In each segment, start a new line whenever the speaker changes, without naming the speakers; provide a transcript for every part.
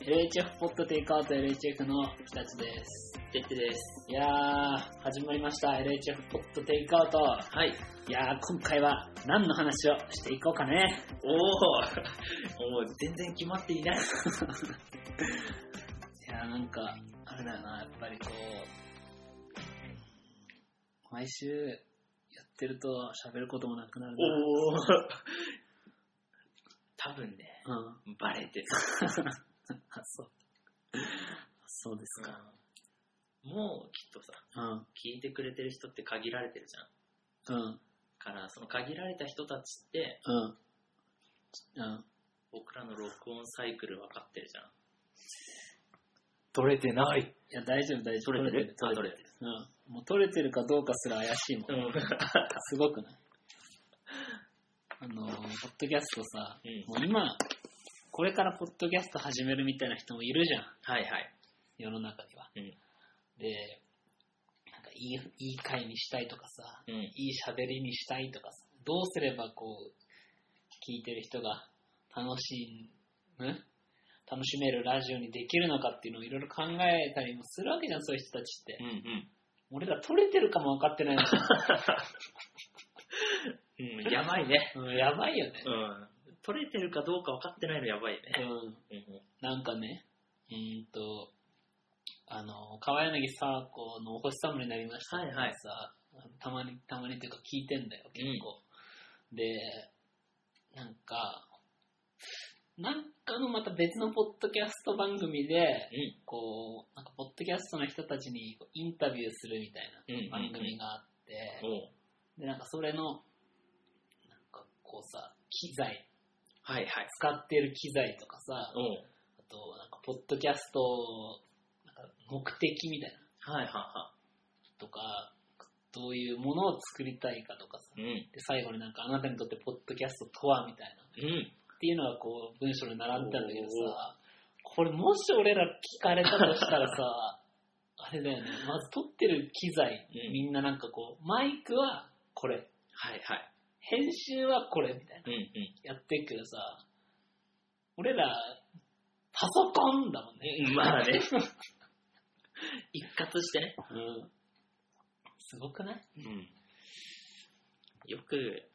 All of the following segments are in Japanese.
LHF ポッドテイクアウト LHF の日立です。
ジェッテです。
いやー、始まりました。LHF ポッドテイクアウト。
はい。
いやー、今回は何の話をしていこうかね。
お おもう全然決まってい ない。
いやー、なんか、あれだよな、やっぱりこう、毎週やってると喋ることもなくなるな。
おお多分ね、
うん。
バレてる。
あ、そう。そうですか。
もうきっとさ、
うん。
聞いてくれてる人って限られてるじゃん。
うん。
から、その限られた人たちって、
うん。うん。
僕らの録音サイクル分かってるじゃん。取れてない。
いや、大丈夫、大丈夫。
取れてる
取れてる。
あ取れてる。
うん。もう取れてるかどうかすら怪しい もん。
うん。
すごくないあの、ポッドキャストさ、
うん
もう今、これからポッドキャスト始めるみたいな人もいるじゃん。
はいはい。
世の中には。
うん。
で、なんかいい、いい回にしたいとかさ、
うん。
いい喋りにしたいとかさ、どうすればこう、聞いてる人が楽しむ、楽しめるラジオにできるのかっていうのをいろいろ考えたりもするわけじゃん、そういう人たちって。
うんうん。
俺ら取れてるかも分かって ないのに
うん、やばいね。
うん、やばいよね。
うん。取れてるかどうか分かってないのやばいね。
うん。
うん
なんかね、うーんと、あの、川柳沢子のお星様になりましたって
はいはい
さ、たまに、たまにっていうか聞いてんだよ、結構。で、なんか、なんかのまた別のポッドキャスト番組で、
うん
こう、なんかポッドキャストの人たちにこうインタビューするみた
うんうんう
い
ん
な番組があって、
おう
で、なんかそれの、なんかこうさ、機材、
はいはい。
使ってる機材とかさ、
おう
あと、なんか、ポッドキャスト、なんか、目的みたいな、
はいはいは
とか、どういうものを作りたいかとかさ、
い。うん。
で、最後になんか、あなたにとってポッドキャストとはみたいな、っ
うん。
ていうのがこう、文章に並んでたんだけどさ、これもし俺ら聞かれたとしたらさ、 あれだよね、まず撮ってる機材、
うん
みんななんかこう、マイクはこれ、
はいはい。
編集はこれ、みたいな、
うんうん。
やってるけどさ、俺ら、パソコンだもんね。
うんまあね。一括してね。
うんすごくない
うん。よく、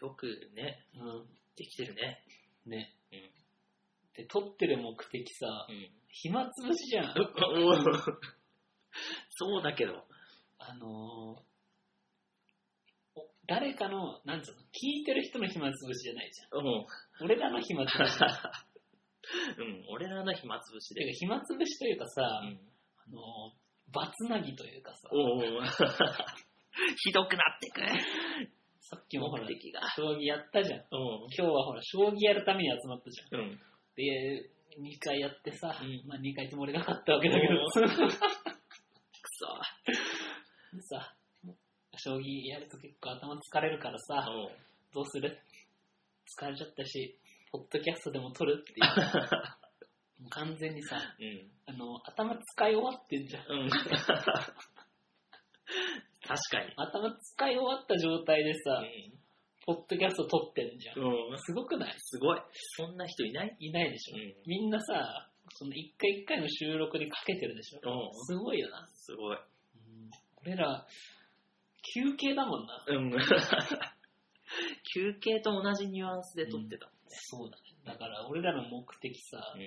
よくね、
う
できてるね。
ん。ね。
うん。
で、撮ってる目的さ、暇つぶしじゃん。
うん。おう そうだけど。
あのーお誰かの、なんつうの、聞いてる人の暇つぶしじゃないじゃ
うん。
ん。俺らの暇つぶし。
うん。俺らの暇つぶして
か
で。
暇つぶしというかさ、
うん。
あのー場つなぎというかさ、
おうおうひどくなってく
さっきもほら、
目的が。
将棋やったじゃん。
おう
今日はほら、将棋やるために集まったじゃん。
うん。
で、2回やってさ、
うん
まあ2回とも俺なかったわけだけ ど、
くそ。
さ、将棋やると結構頭疲れるからさ、
おう
どうする疲れちゃったし、ポッドキャストでも撮るって いう。もう完全にさ、
うん。
あの、頭使い終わってんじゃん。
うん。 確かに。
頭使い終わった状態でさ、ポッドキャスト撮ってんじゃん。
うん。
すごくない
すごい。そんな人いない
いないでしょ。
ん。
みんなさ、その一回一回の収録にかけてるでしょ。
うん。
すごいよな。
すごい。
うん俺ら、休憩だもんな。
うん。休憩と同じニュアンスで撮ってた。
そうだね。だから俺らの目的さ、
ん。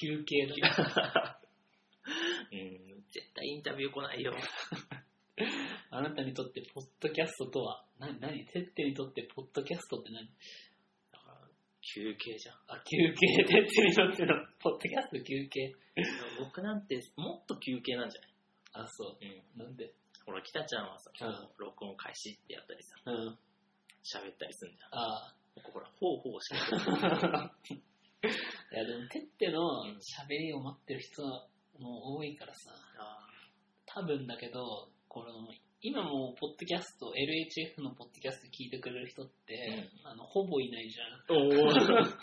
休憩だよ。
うん。絶対インタビュー来ないよ。
あなたにとってポッドキャストとは何何てってにとってポッドキャストって何
だから休憩じゃん。
あ、休憩。てってにとってのポッドキャスト休憩。
僕なんてもっと休憩なんじゃな
あ、そ
いうん。
う。なんで
ほら、北ちゃんはさ、
うん
録音開始ってやったりさ、
うん。
喋ったりするんじゃん。
あ
僕ほら、ほうほうしてる。
あ。いや、でもてっての
うん
喋りを待ってる人も多いからさ、
あ
多分だけど、この、今もうポッドキャスト、LHF のポッドキャスト聞いてくれる人って、あの、ほぼいないじゃん。
ー おー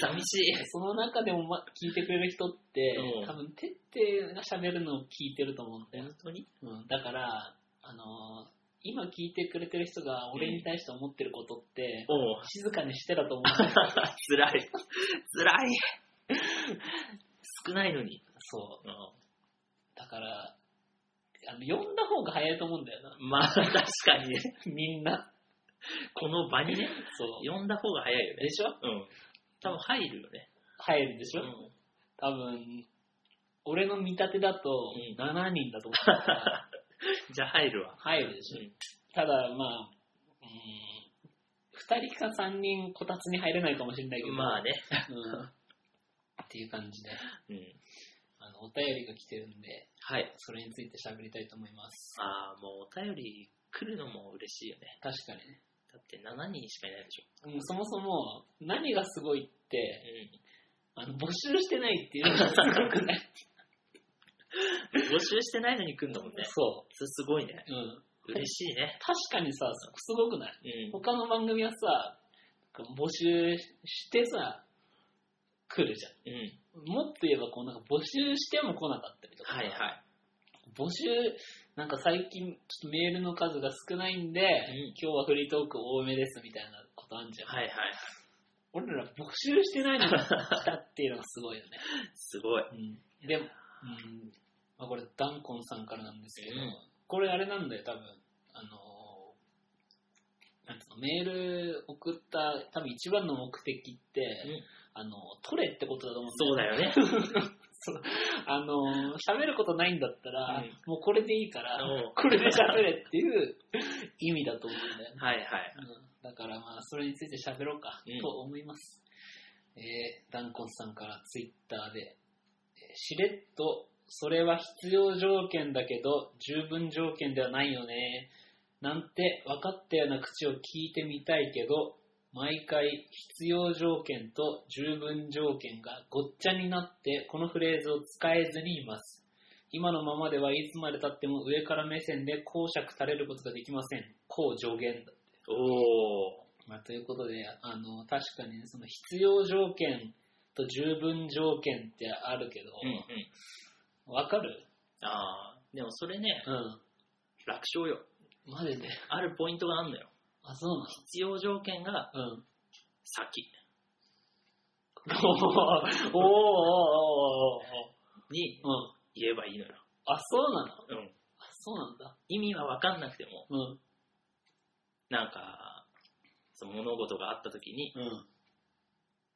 寂しい。
その中でも、ま、聞いてくれる人って
う、ん
多分、てってが喋るのを聞いてると思うんだよ。
本当に
うん、だから、あのー今聞いてくれてる人が俺に対して思ってることって、
おう
静かにしてたと思うんだよ
辛い。辛い。少ないのに。
そう。
うん
だから、あの呼んだ方が早いと思うんだよな。
まあ、確かにね。
みんな。
この場にね、
そう。
呼んだ方が早いよね。
でしょ
うん。多分入るよね。
入るでし
う
ょ、
ん。
多分、俺の見立てだと
うん
7人だと思った から、
じゃあ入るわ。
入るでしょ、ただまあ、うーん、2人か3人こたつに入れないかもしれないけど、
まあね。
うんっていう感じで、
うん。
あの、お便りが来てるんで、
はい。
それについて喋りたいと思います。
ああ、もうお便り来るのも嬉しいよね。
確かにね。
だって7人しかいないでしょ。
うんそもそも、何がすごいって、
う
あの、募集してないっていうのがすごくない
ん。募集してないのに来るんだもんね。
そ
それすごいね。
う。うん。
嬉しいね。
確かにさ、すごくない
うん。
他の番組はさ、なんか募集してさ、来るじゃん。
うん。
もっと言えば、こう、なんか募集しても来なかったりとか、
はいはい。
募集、なんか最近、ちょっとメールの数が少ないんで、今日はフリートーク多めですみたいなことあんじゃん。
はいはい。
俺ら募集してないのが来たっていうのがすごいよね。
すごい。
うん、でも、うんまあ、これ、ダンコンさんからなんですけど、
うん
これあれなんだよ、多分あのーなんつうの、メール送った、多分一番の目的って、
うん
あの、取れってことだと思うんだよ
そうだよ ね。
あのー喋ることないんだったら、
うん
もうこれでいいから、
うん
これで喋れっていう意味だと思うんだよね。
はいはい。
うんだからまあ、それについて喋ろうか
うん
と思います。えーダンコンさんからツイッターで、えーしれっと、それは必要条件だけど、十分条件ではないよね。なんて分かったような口を聞いてみたいけど、毎回必要条件と十分条件がごっちゃになって、このフレーズを使えずにいます。今のままではいつまでたっても上から目線で講釈されることができません。こう助言だ。
おー。
まあ、ということで、あの、確かにね、その必要条件と十分条件ってあるけど、
うんうん。
わ、かる
ああ、でもそれね、
うん。
楽勝よ。
マジで。
あるポイントがあるのよ。
あ、そう
必要条件が
なのうん。
先
おーおーおーおー
に
おーうん。
言えばいいのよ。
あ、そうなのあ、
うん。
そうなんだ。
意味は分かんなくても、
うん。
なんか、その物事があった時に、
うん。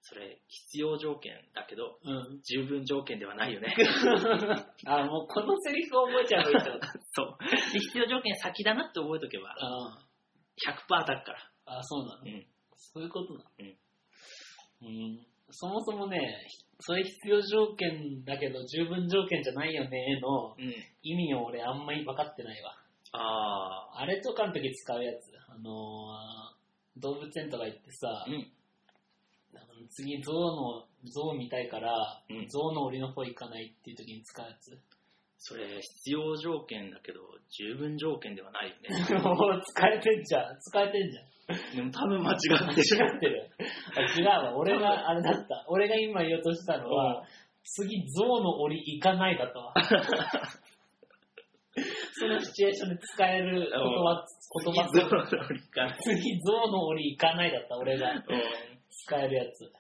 それ必要条件だけど、
うん。
十分条件ではないよね。
あ、もうこのセリフ覚えちゃうといい ってこ
そう。で必要条件先だなって覚えとけば、
と。あ
100%だから。
あ、そうなの、
うん
そういうことなの
うん
うん。そもそもね、それ必要条件だけど十分条件じゃないよねの、
うん。
意味を俺あんまり分かってないわ。
あ
あれとかの時使うやつ。あのー動物園とか行ってさ、
あ。うん。
あの次象の、象見たいから、
うん
象の檻の方行かないっていう時に使うやつ。
それ必要条件だけど、十分条件ではないよね。
もう疲れてんじゃん。疲れてんじゃん。
でも多分間違って
間 違
る。
ってる。あ違うわ。俺があれだった。俺が今言おうとしたのは、次象の檻行かないだった わ。そのシチュエーションで使える言葉、言葉
必要条件かな
次、象の檻行かないだった、俺が
うん
使えるやつ。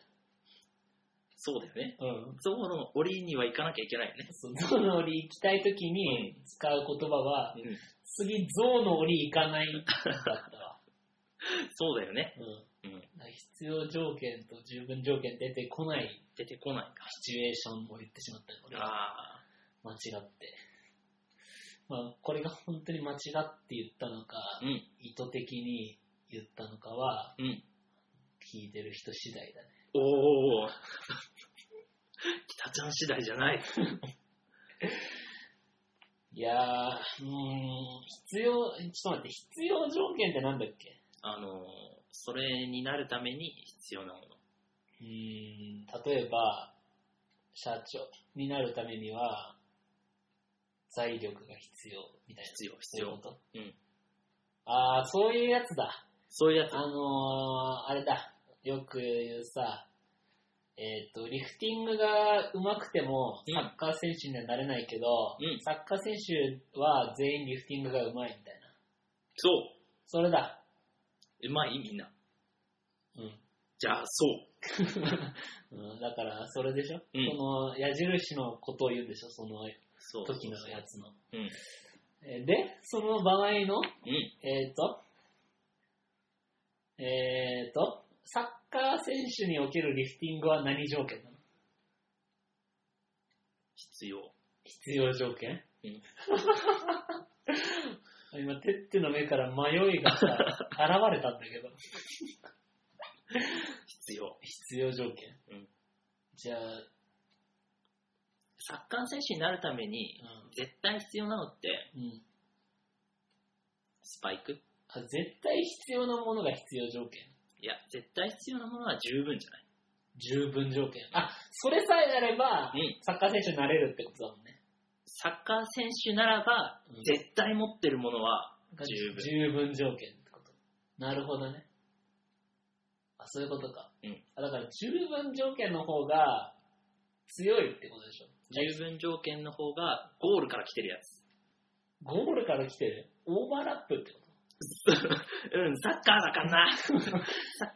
そうだよね。
うん。
ゾウの檻には行かなきゃいけないよね。
そう象の檻行きたいときに使う言葉は、次、象の檻行かないだったわ。
そうだよね。
うん。
うん。
だから必要条件と十分条件出てこない
出てこないか。
シチュエーションを言ってしまったよ、俺は。
あ
間違って。まあ、これが本当に間違って言ったのか、
あ。うん。
意図的に言ったのかは、
うん。
聞いてる人次第だね。
おおおー。北ちゃん次第じゃない。
いやー、うーん、必要、えちょっと待って、必要条件ってなんだっけ
あのー、それになるために必要なもの。
うーん、例えば、社長になるためには、財力が必要みたいな。
必要、必
そういう
要
こ。と
うん。
ああ、そういうやつだ。
そういうやつ。
あのー、あれだ。よく言うさ、えっ、と、リフティングが上手くても、
うん
サッカー選手にはなれないけど、
うん
サッカー選手は全員リフティングが上手いみたいな。
そう。
それだ。
うまいみんな。
うん。
じゃあ、そう。
うん、だから、それでしょ、
うん
この矢印のことを言うんでしょその
そ
時のやつの。
うん。うん。
えで、その場合の、えっ、と、えっ、と、サッカー選手におけるリフティングは何条件なの
必要。
必要条件
うん
今、テッテの目から迷い がさ、現れたんだけど。
必要。
必要条件、
うん
じゃあ、
サッカー選手になるために、絶対必要なのって、
うん。うん。
スパイク
あ、絶対必要なものが必要条件。
いや、絶対必要なものは十分じゃない。
十分条件。あ、それさえあれば、
うん。
サッカー選手になれるってことだもんね。
サッカー選手ならば、
うん
絶対持ってるものは、十
十
分
分条件ってこと。なるほどね。あ、そういうことか。
うん
あだから、十分条件の方が強いってことでしょ。
十分条件の方が、ゴールから来てるやつ。
ゴールから来てるオーバーラップってこと
うん、サッカーだから な。サッ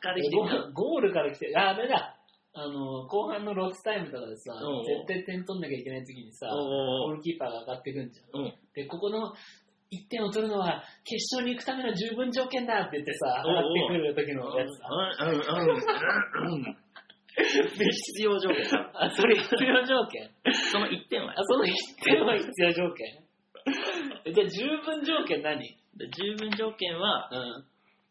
カーできてるな。
ゴールから来てる。あ、あれだ。あの、後半のロスタイムとかでさ
うん、
絶対点取んなきゃいけない時にさ、ゴ
お
ー
ー
ルキーパーが上がってくんじゃん。
うん。
で、ここの1点を取るのは決勝に行くための十分条件だって言ってさ、
おう
上
おう
がってくる時のやつさ。
うん、うん、うん、うん。必要条件。
あ、それ必要条件
その1点は
あ、その1点は必要 条件えじゃあ十分条件何
十分条件は、
うん。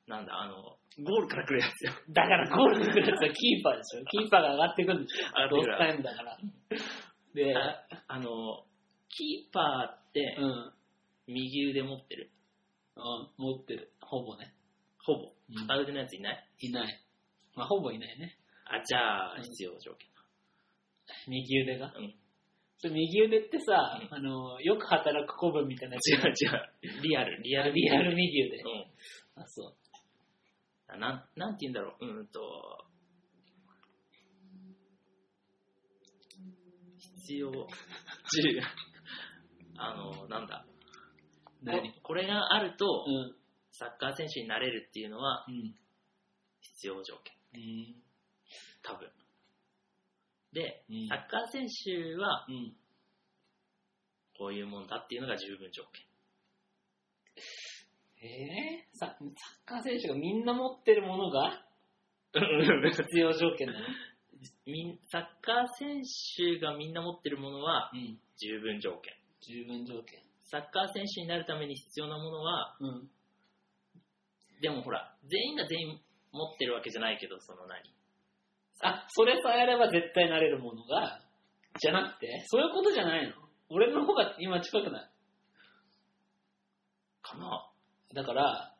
なんだ、あの、ゴールから来るやつよ。
だからゴールに来るやつはキーパーでしょ。キーパーが上がってくるんでし
上が
ょ。
って
ロ
く
ス
る
タイムだから。で、
ああの、キーパーって
う、ん。
右腕持ってる。
うん、持ってる。ほぼね。
ほぼ
うん。
片腕のやついない。
いない。まあ、ほぼいないね。
あ、じゃあ
う、ん
必要条件。
右腕が。
うん。違
それ右腕ってさ、
う
あの、よく働く古文みたいなやつ。
う違う。リアル、リアル。
リアル右腕。
う
あ、そう。
ん。なん、なんて言うんだろう。うーんと、必要、十、あの、なんだ。
何
ここれがあると、
うん。
サッカー選手になれるっていうのは
うん。
必要条件。
うん。
多分。で、
うん
サッカー選手は
うん。
こういうもんだっていうのが十分条 件。
えー、ササッカー選手がみんな持ってるものが必要条件なの
みんサッカー選手がみんな持ってるものは
うん。
十分条件。
十分条件。
サッカー選手になるために必要なものは、
うん。
でもほら、全員が全員持ってるわけじゃないけど、その何
あ、それさえあれば絶対なれるものが、じゃなくて、そういうことじゃないの俺の方が今近くない。
かな
だから、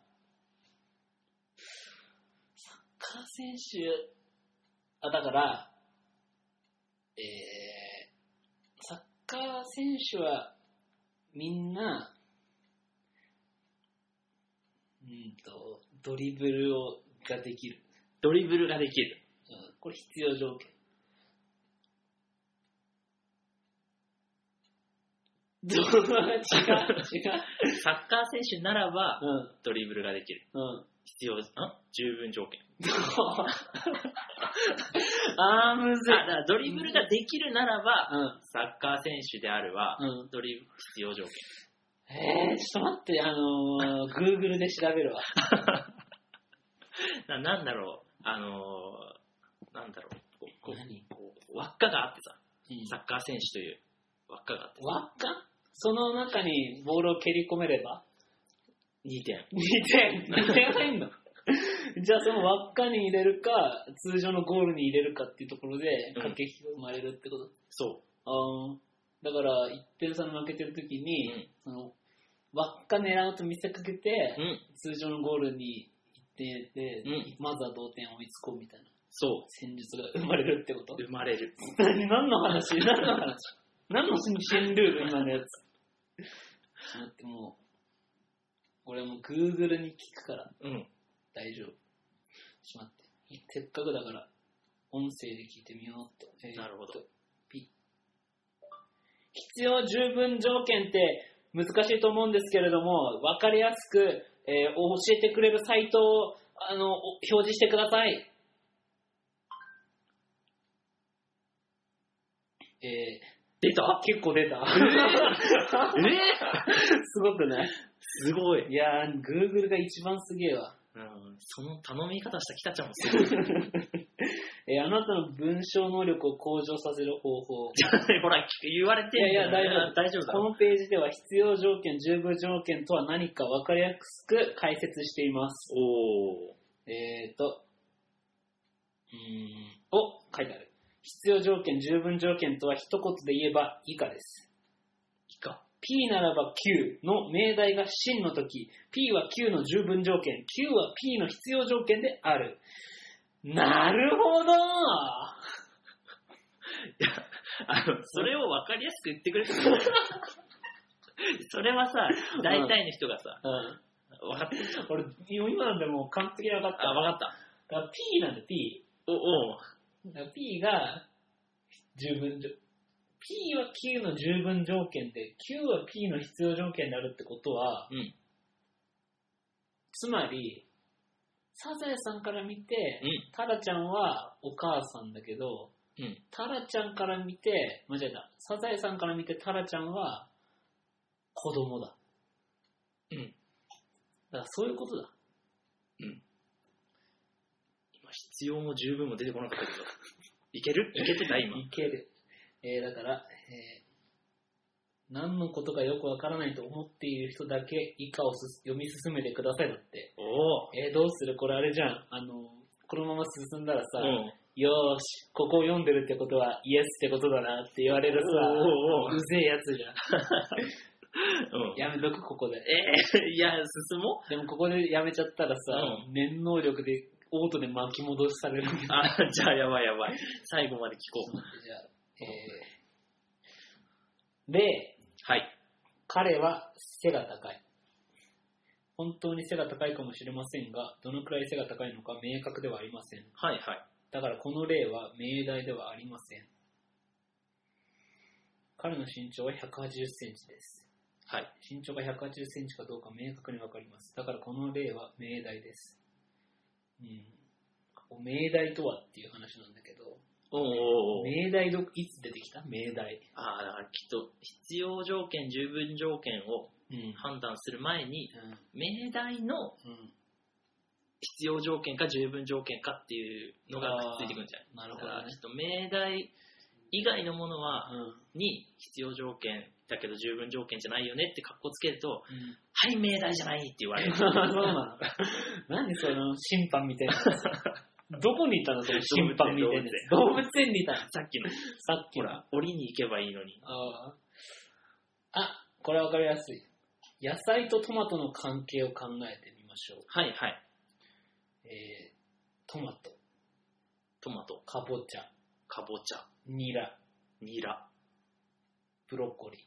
サッカー選手、あ、だから、えー、サッカー選手はみんな、うんと、ドリブルをができる。
ドリブルができる。
うん、これ必要条件。どう違う違う。
サッカー選手ならば、
うん、
ドリブルができる。
うん。
必要、ん十分条件。
あーむ
あ、だからドリブルができるなら
う
ば、サッカー選手であるは、
ん。うん。
ドリブル必要条件。
えー、ちょっと待って、あのー、Google で調べるわ。
ななんだろう、あのーなんだろう、こうこう
何
こう輪っかがあってさ、サ
輪
ッカー選手という輪っかがあって、
っかその中にボールを蹴り込めれば
2点。
?2 点 !2 点入んのじゃあその輪っかに入れるか、通常のゴールに入れるかっていうところで
うん
駆け引きが生まれるってこと。
そ
あーだから、1点差に負けてるとき
う。う
に、
ん。
その輪っか狙うと見せかけて、
うん。
通常のゴールに行ってで、
うん
まずは同点を追いつこうみたいな
そ
戦術が生まれるってこと
う。生まれる。
何何の 話何の話何の新ルール今のやつだってもう俺も Google に聞くから
うん。
大丈夫しまってせっかくだから音声で聞いてみようっと、えーっと
なるほど
ピ必要十分条件って難しいと思うんですけれども分かりやすくえー教えてくれるサイトをあのお表示してください。え
出
ー、
た
あ結構出た。
え
すごくない
すごい、
いやー、Google が一番すげえわ。
うん。その頼み方した北ちゃんもすごい。
えーあなたの文章能力を向上させる方法。
ほら、言われてんじゃん
いやいや
大丈夫だ
こ
ろ。
のページでは必要条件、十分条件とは何か分かりやすく解説しています。
おー。
えーと、うーん、お、書いてある。必要条件、十分条件とは一言で言えば以下です。
いいか。
P ならば Q の命題が真の時、P は Q の十分条件、Q は P の必要条件である。なるほど
いや、あの、それを分かりやすく言ってくれてるそれはさ、大体の人がさ、
うん。
分かってるじゃん。
俺、今なんでもう完璧に分かっ
あ、
た。
分かった。
だから P なんだ、P。
お、おう
だから P が十分条 P は Q の十分条件で Q は P の必要条件になるってことは、
うん
つまりサザエさんから見て、
うん
タラちゃんはお母さんだけど、
うん
タラちゃんから見て間違えたサザエさんから見てタラちゃんは子供だ
うん
だからそういうことだ
今、必要も十分も出てこなかったけど。いけるいけてた今。
いける。えーだから、えー何のことかよくわからないと思っている人だけ以下をすす読み進めてくださいだって。
おお。
えーどうするこれあれじゃん。あの、このまま進んだらさ、
うん。
よーし、ここを読んでるってことはイエスってことだなって言われる
おうおうお
さ、
う
うぜえやつじゃん。
うん、
やめとく、ここで。
えー、いや、進もう。
でもここでやめちゃったらさ、
う
念能力で、オートで巻き戻しされるけど。
あ、じゃあやばいやばい。最後まで聞こう。
じゃあ、えー、で、
はい。
彼は背が高い。本当に背が高いかもしれませんが、どのくらい背が高いのか明確ではありません。
はいはい。
だからこの例は命題ではありません。彼の身長は180センチです。
はい。
身長が180センチかどうか明確にわかります。だからこの例は命題です。うん。ここ命題とはっていう話なんだけど、
おうおうおう
命題ど、いつ出てきた命題。
ああ、だからきっと、必要条件、十分条件を
うん。
判断する前に、
うん。
命題の
うん。
必要条件か十分条件かっていうのがくっついてくるんじゃない
なる
だ
ほ
か
ど
ら、
ね
き。っと命題以外のものは、
うん。
に必要条件だけど十分条件じゃないよねって格好つけると、
うん
はい、命題じゃないって言わ れる。
そうなの。何その審判みたい な。どこにいたのその審判みたいなやつ。動
動
物園にいたの
さっきの、
さっき
ほ
の。
ら、檻に行けばいいのに。
あーあ、これわかりやすい。野菜とトマトの関係を考えてみましょう。
はいはい。
えー、トマト、
トマト、
かぼちゃ、
かぼちゃ、
ニラ、
ニラ、
ブロッコリー。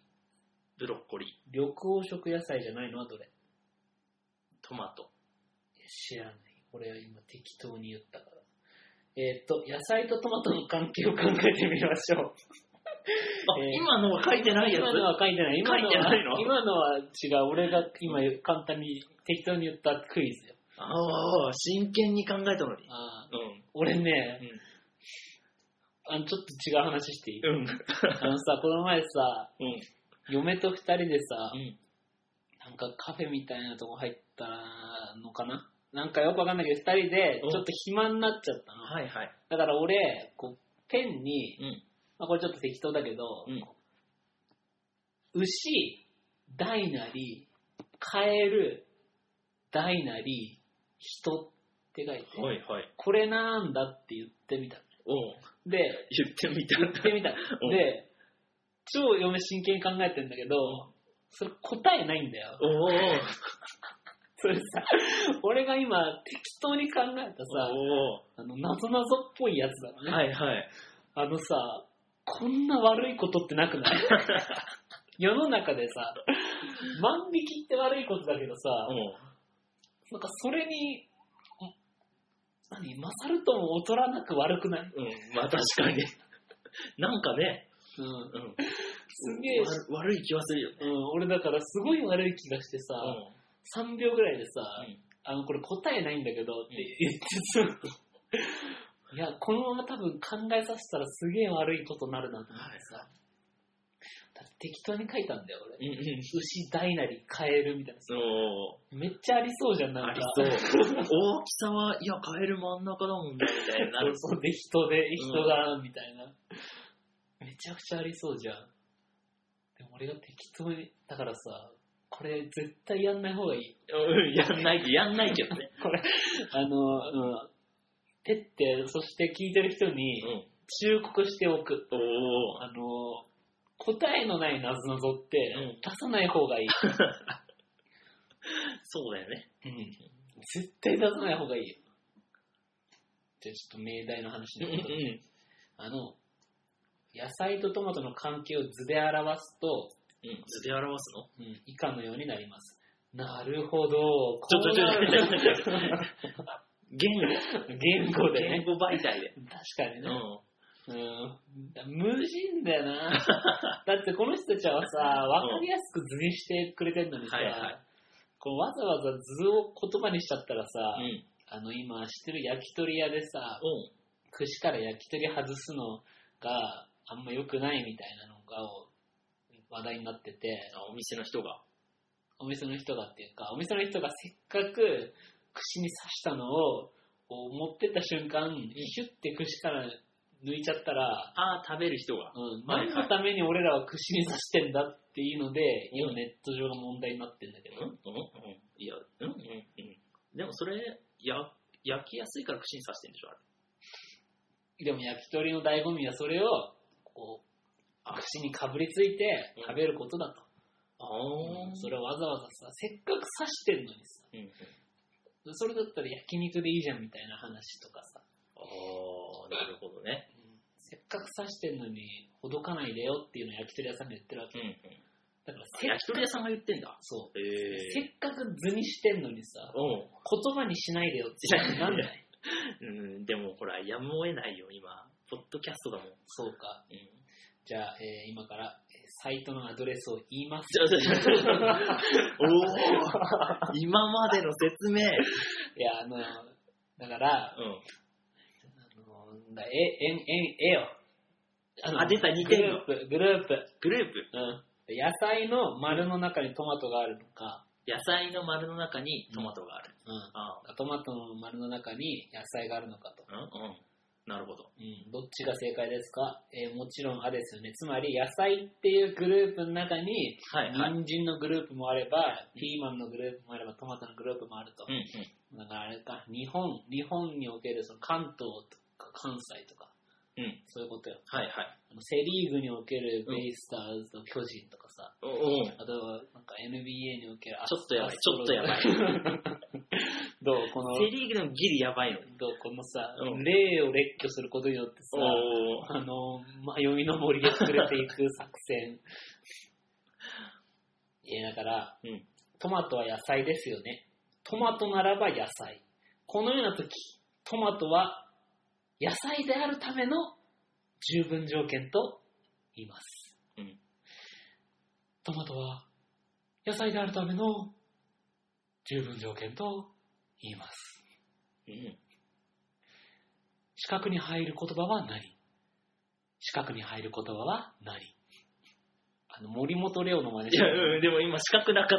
ブロッコリー、
緑黄色野菜じゃないのはどれ
トマト。
知らない。俺は今適当に言ったから。えーっと、野菜とトマトの関係を考えてみましょう。
あ、
えー
今のは書いてないやつ
今のは書いてない。今の
書いて
は
ないの
今のは違う。俺が今簡単に適当に言ったクイズよ。
ああ、真剣に考えたのに。
あー
うん。
俺ね、あのちょっと違う話していい、
うん。うん。
あのさ、この前さ、
うん。
嫁と二人でさ
う、ん。
なんかカフェみたいなとこ入ったのかななんかよくわかんないけど、二人でちょっと暇になっちゃったの。
はいはい。
だから俺、こう、ペンに、
うん。
まあ、これちょっと適当だけど、
うん
牛、大なり、カエル、大なり、人って書いて、
はいはい。
これなんだって言ってみた。
おう
で、
言ってみ た。
言ってみた。
うん
で、超嫁真剣に考えてんだけど、それ答えないんだ よ。
おおお
それさ、 俺が今適当に考えたさ、あの、なぞなぞっぽいやつだろね。
はいはい。
あのさ、こんな悪いことってなくない 世の中でさ、万引きって悪いことだけどさ、なんかそれに、ん何、勝るとも劣らなく悪くない
うん。うん。まあ確かに。 なんかね、
うん
う。ん。
すげえ、
悪悪い気はするよね。
うん、俺だからすごい悪い気がしてさ、
う
3秒ぐらいでさ、
うん
あの、これ答えないんだけどって言ってさ、 いや、このまま多分考えさせたらすげえ悪いことになるなと思ってさ、だって適当に書いたんだよ、俺。
うんうん。
牛大なりカエルみたいなさ。
そう。
めっちゃありそうじゃん、なんか。
ありそう。大きさは、いや、カエル真ん中だもんね、みたいになる。
そうで人で、人が、みたいな。めちゃくちゃありそうじゃん。でも俺が適当に、だからさ、これ絶対やんない方がいい。
うん、やんない、やんないけどね。
これ、あの、うん。てって、そして聞いてる人に
うん。
忠告しておく。
おお。
あの、答えのないなぞなぞって
うん
出さない方がいい。
そうだよね。
うん。絶対出さない方がいいよ。じゃあちょっと命題の話
うん
に
う
戻って
ん。
あの、野菜とトマトの関係を図で表すと、
うん。図で表すの
うん、以下のようになります。なるほど。こ
ちょ
う
ちょ
なる
ちょちょちょ言語。
言語で
言
ね。
語媒体で。
確かに
う
ね。
ん。
うん、無人だよな。 だってこの人たちはさ、わかりやすく図にしてくれてるのにさ、
はいはい
こうわざわざ図を言葉にしちゃったらさ、
うん。
あの今知ってる焼き鳥屋でさ、
おう
串から焼き鳥外すのがあんま良くないみたいなのが話題になってて、
あお店の人が。
お店の人がっていうか、お店の人がせっかく串に刺したのをこう持ってった瞬間、シュッて串から抜いちゃったら、
ああ、食べる人が。
うん、
はいはい
何のために俺らは串に刺してんだっていうので、
うん
今ネット上が問題になってんだけ
う
ど
ん、うんうん。いや、うんうんうん。でもそれ、や、焼きやすいから串に刺してんでしょ、あれ。
でも焼き鳥の醍醐味はそれを、こう、串にかぶりついて食べることだと。
あ
それをわざわざさ、せっかく刺してんのにさ、
うんうん。
それだったら焼肉でいいじゃんみたいな話とかさ、
ああ、なるほどね。
せっかく刺してんのにほどかないでよっていうのを焼き鳥屋さんで言ってるわ
う
け。
んうん。
だからせっ
焼き鳥屋さんが言ってんだ。
そう、
へえ
せっかく図にしてんのにさ、
うん。
言葉にしないでよってなんだよ。
うん、でもほら、やむを得ないよ、今。ポッドキャストだもん。うん。
そうか。じゃあ、えー今から、えーサイトのアドレスを 言います。
ちょちょちょおお 今までの説
い
明。
や、あの、だから、
う
あのだえ、えん、えん、えよ。
ん。あ、出た、似てるの。
グループ、グループ。
グループ。
うん。野菜の丸の中にトマトがあるのか、
野菜の丸の中にトマトがある。
う
あ
ん。トマトの丸の中に野菜があるのかと。
うんうん。なるほど。
うん。どっちが正解ですか、えーもちろん、あですよね。つまり、野菜っていうグループの中に、
はいはい。
人参のグループもあれば、ピーマンのグループもあれば、トマトのグループもあると
うん。うん。
だからあれか、日本、日本におけるその関東とか関西とか、
うん。
そういうことよ。
はいはい。
あのセリーグにおけるベイスターズと巨人とかさ、
おお
あとはなんか NBA における
ちょっとやばい
アストロズ
ちょっとやばい
どうこの、
セリーグでもギリやばいの。
どうこのさ
う、ん
例を列挙することによってさ、
お
あの、迷いの森で作れていく作 戦。いや、だから、
うん
トマトは野菜ですよね。トマトならば野菜。このような時、トマトは野菜であるための十分条件と言います。
うん
トマトは野菜であるための十分条件と言います。
うん。
四角に入る言葉は何四角に入る言葉は何あの、森本レオの真似
い
して
や、
る
うん、でも今四角なかっ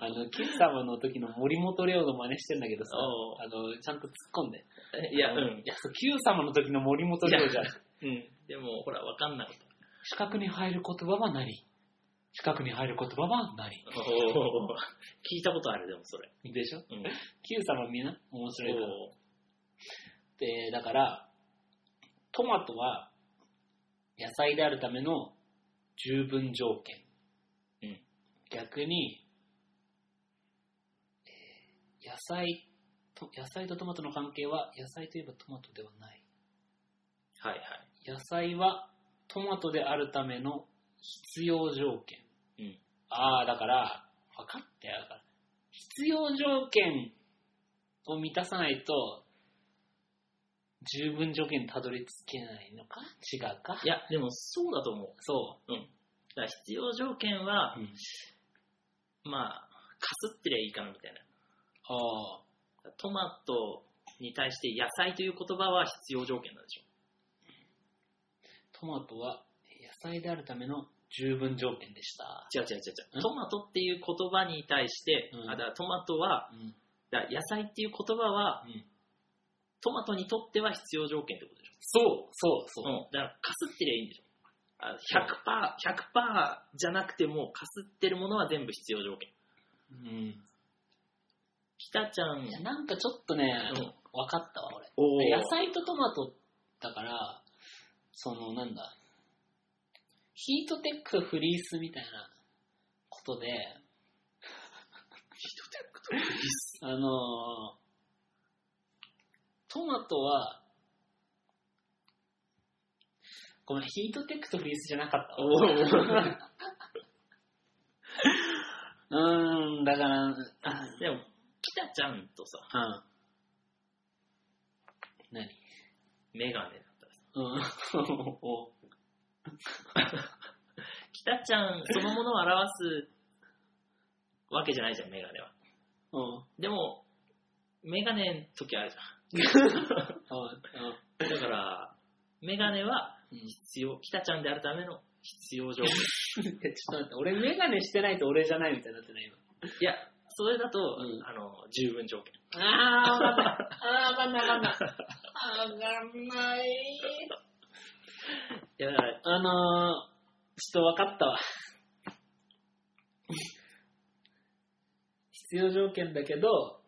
た。
あの、キス様の時の森本レオの真似してんだけどさ、
おう
あの、ちゃんと突っ込んで。
いや、う
い
ん。
や、そうキュー様の時の森本レオじゃん。
うん。でも、ほら、わかんなかった。
四角に入る言葉は何四角に入る言葉は何
おお聞いたことある、でもそれ。
でしょ
うん。
キュー様みんな面白いから。
おー
で、だから、トマトは野菜であるための十分条件。
うん
逆に、えー野菜と、野菜とトマトの関係は、野菜といえばトマトではない。
はいはい。
野菜はトマトであるための必要条件。
うん
ああ、だから、分かったよ。だから必要条件を満たさないと、十分条件にたどり着けないのか違うか
いや、でもそうだと思う。
そ
だから必要条件は、
う。うん
まあ、すってりゃいいかなみたい
ああ。
な。トマトに対して野菜という言葉は必要条件なんでしょ
トマトは野菜であるための十分条件でした。
違う違う違う違
ん
う。トマトっていう言葉に対して、
うん
あだからトマトは、
うん。
だから野菜っていう言葉は、
うん
トマトにとっては必要条件ってことでしょ。
そう、そう、そう。
うん。だから、かすってりゃいいんでしょ。あ100%、100%じゃなくても、かすってるものは全部必要条件。
うん。
きたちゃん
い、や、なんかちょっとね、
うん
分かったわ、俺。
おー
野菜とトマトだから、その、なんだ、ヒートテックとフリースみたいなことで、ヒートテックとフリースあのー、トマトは、ごめん、ヒートテックとフリースじゃなかったわ。
おー
うーん、だから、あ
あでも、きたちゃんとさ、
うん。何
メガネだったらさ、
うん。 お
きたちゃんそのものを表すわけじゃないじゃん、メガネは。
うん。
でも、メガネの時あるじ
う
ゃん。だから、メガネは
ん。うん
必要、きたちゃんであるための必要条 件。
ちょっと待って、俺メガネしてないと俺じゃないみたいになってない今。
いや、それだと、
うん
あの、十分条件。
あー、わかんない。あー、わかんない、わかんない。わかんない。
いや、だから、
あのー、ちょっとわかったわ。必要条件だけど、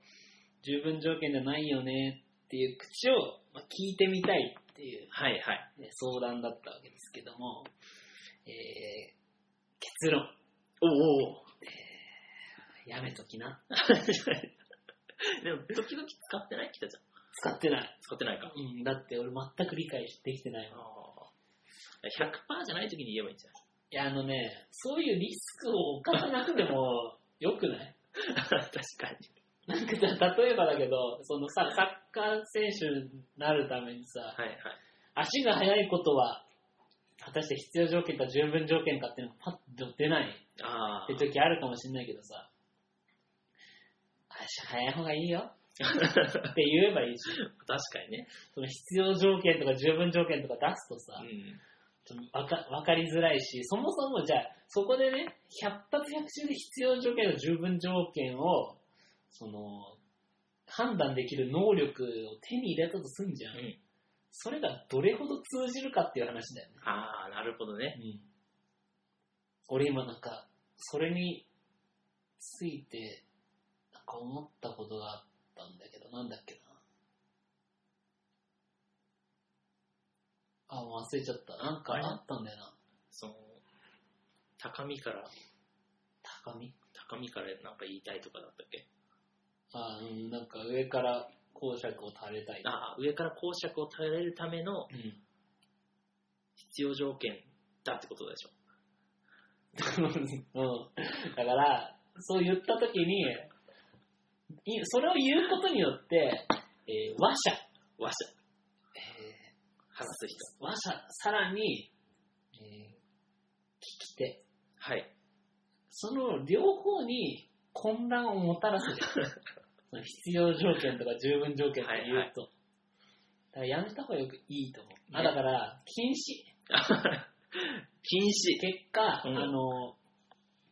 十分条件じゃないよねっていう口をまあ聞いてみたいっていう、
はいはい。
ね、相談だったわけですけども、えー、結論、
おお。
やめときな。
でも、時々使ってないきたちゃん。
使ってない。
使ってないか。
うん、だって俺全く理解できてないわ。
あー100%じゃない時に言えばいいんじゃない
いや、あのね、そういうリスクを犯さなくてもよくない
確かに。
なんかさ、例えばだけど、そのさ、サッカー選手になるためにさ、
はいはい。
足が速いことは、果たして必要条件か十分条件かっていうのがパッと出ない
あ
って時あるかもしれないけどさ、足速い方がいいよ
あ。
って言えばいいし、
確かにね。
その必要条件とか十分条件とか出すとさ、
うん。
ちょっとわかわかりづらいし、そもそもじゃあ、そこでね、100発100中で必要条件と十分条件を、その、判断できる能力を手に入れたとすんじゃん。
うん
それがどれほど通じるかっていう話だよね。
ああ、なるほどね。
俺今なんか、それについて、なんか思ったことがあったんだけど、なんだっけな。あ、もう忘れちゃった。なんかあったんだよな。
その、高みから、
高み
高みからなんか言いたいとかだったっけ
あうん、なんか上から公爵を垂れたい。
ああ、上から公爵を垂れるための
うん。
必要条件だってことでしょ。
うん。だから、そう言ったときに、いそれを言うことによって、えー、話者、
わし
え
ゃ、話す人。
ー話者、さらに、えー聞き手、
はい。
その両方に混乱をもたらす じゃんその必要条件とか十分条件とか言うと。だからやめた方がよくいいと思う。あだから、禁止。
禁止。
結果、
うん
あの、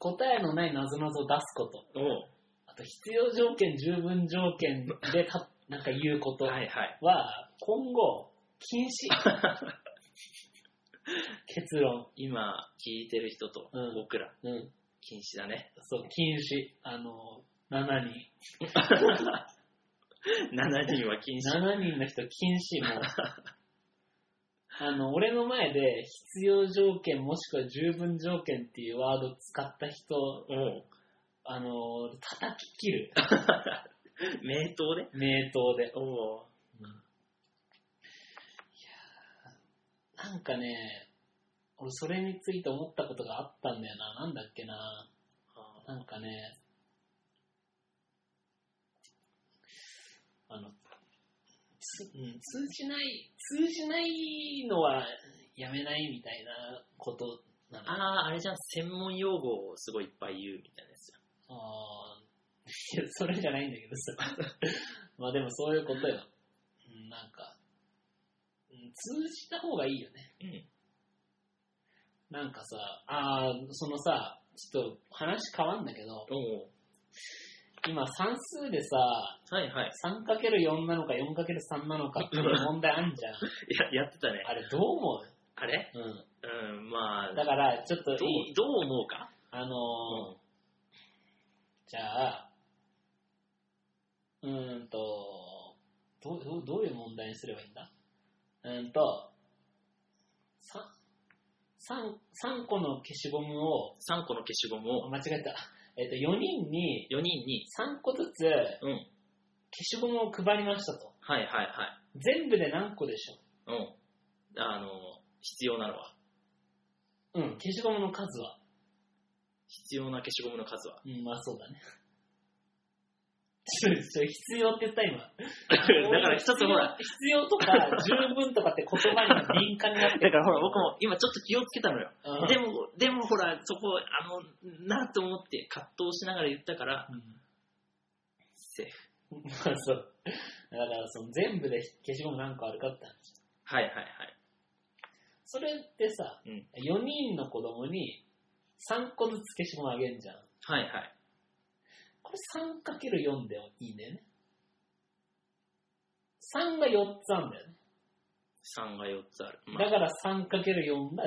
答えのない謎々を出すこと。
おう
あと、必要条件、十分条件でた、なんか言うこと
はいはい。
は、今後、禁止。 結論。
今、聞いてる人と
うん
僕ら、
うん。
禁止だね。
そう、禁止。あの、7人。
7人は禁止。
7人の人禁止 もう。あの、俺の前で、必要条件もしくは十分条件っていうワード使った人、
おう
あの、叩き切る。
名刀で
名刀で。
おお
うんいやーなんかね、俺それについて思ったことがあったんだよな。なんだっけな。なんかね、あの、つうん、通じない、通じないのはやめないみたいなことなの。
ああ、あれじゃん、専門用語をすごいいっぱい言うみたいなやつじゃん。
あー いや、それじゃないんだけどさ。 まあでもそういうことよ。うんなんか、うん通じた方がいいよね。
うん。
なんかさ、ああ、そのさ、ちょっと話変わんだけど、
おう
今算数でさ、
はいはい。
3×4 なのか 4×3 なのかっていう問題あんじゃん。
や、やってたね。
あれどう思
あれ
うう
うん、まあ、
ん。
ど
だから、ちょっと
う
いい、
どう思うか
あのー
うん
じゃあ、うーんと、どうどうどういう問題にすればいいんだうーんと、3, 3個の消しゴムを、
3個の消しゴム
あ
を
間違えた。えっ、と、4人に
4人に、
3個ずつ
うん、
消しゴムを配りましたと。
はいはいはい。
全部で何個でしょ
うん。あの、必要なのは。
ううん、消しゴムの数は。
必要な消しゴムの数は。
うん、まあそうだね。 ちょ、ちょ、必要って言った今。
だから一つほら、
必要とか十分とかって言葉に敏感にな って
だからほら、僕も今ちょっと気をつけたのよ。
うん
でも、でもほら、そこ、あの、なと思って葛藤しながら言ったから、セーフ。
うんまあそう。だからその全部で消しゴム何個あるかって話。
はいはいはい。
それってさ、
うん
四4人の子供に3個ずつ消しゴムあげんじゃん。
はいはい。
これ 3×4 でいいんだよね。3が4つあるんだよね。
3が4つある。ま
だ
あ
から 3×4 が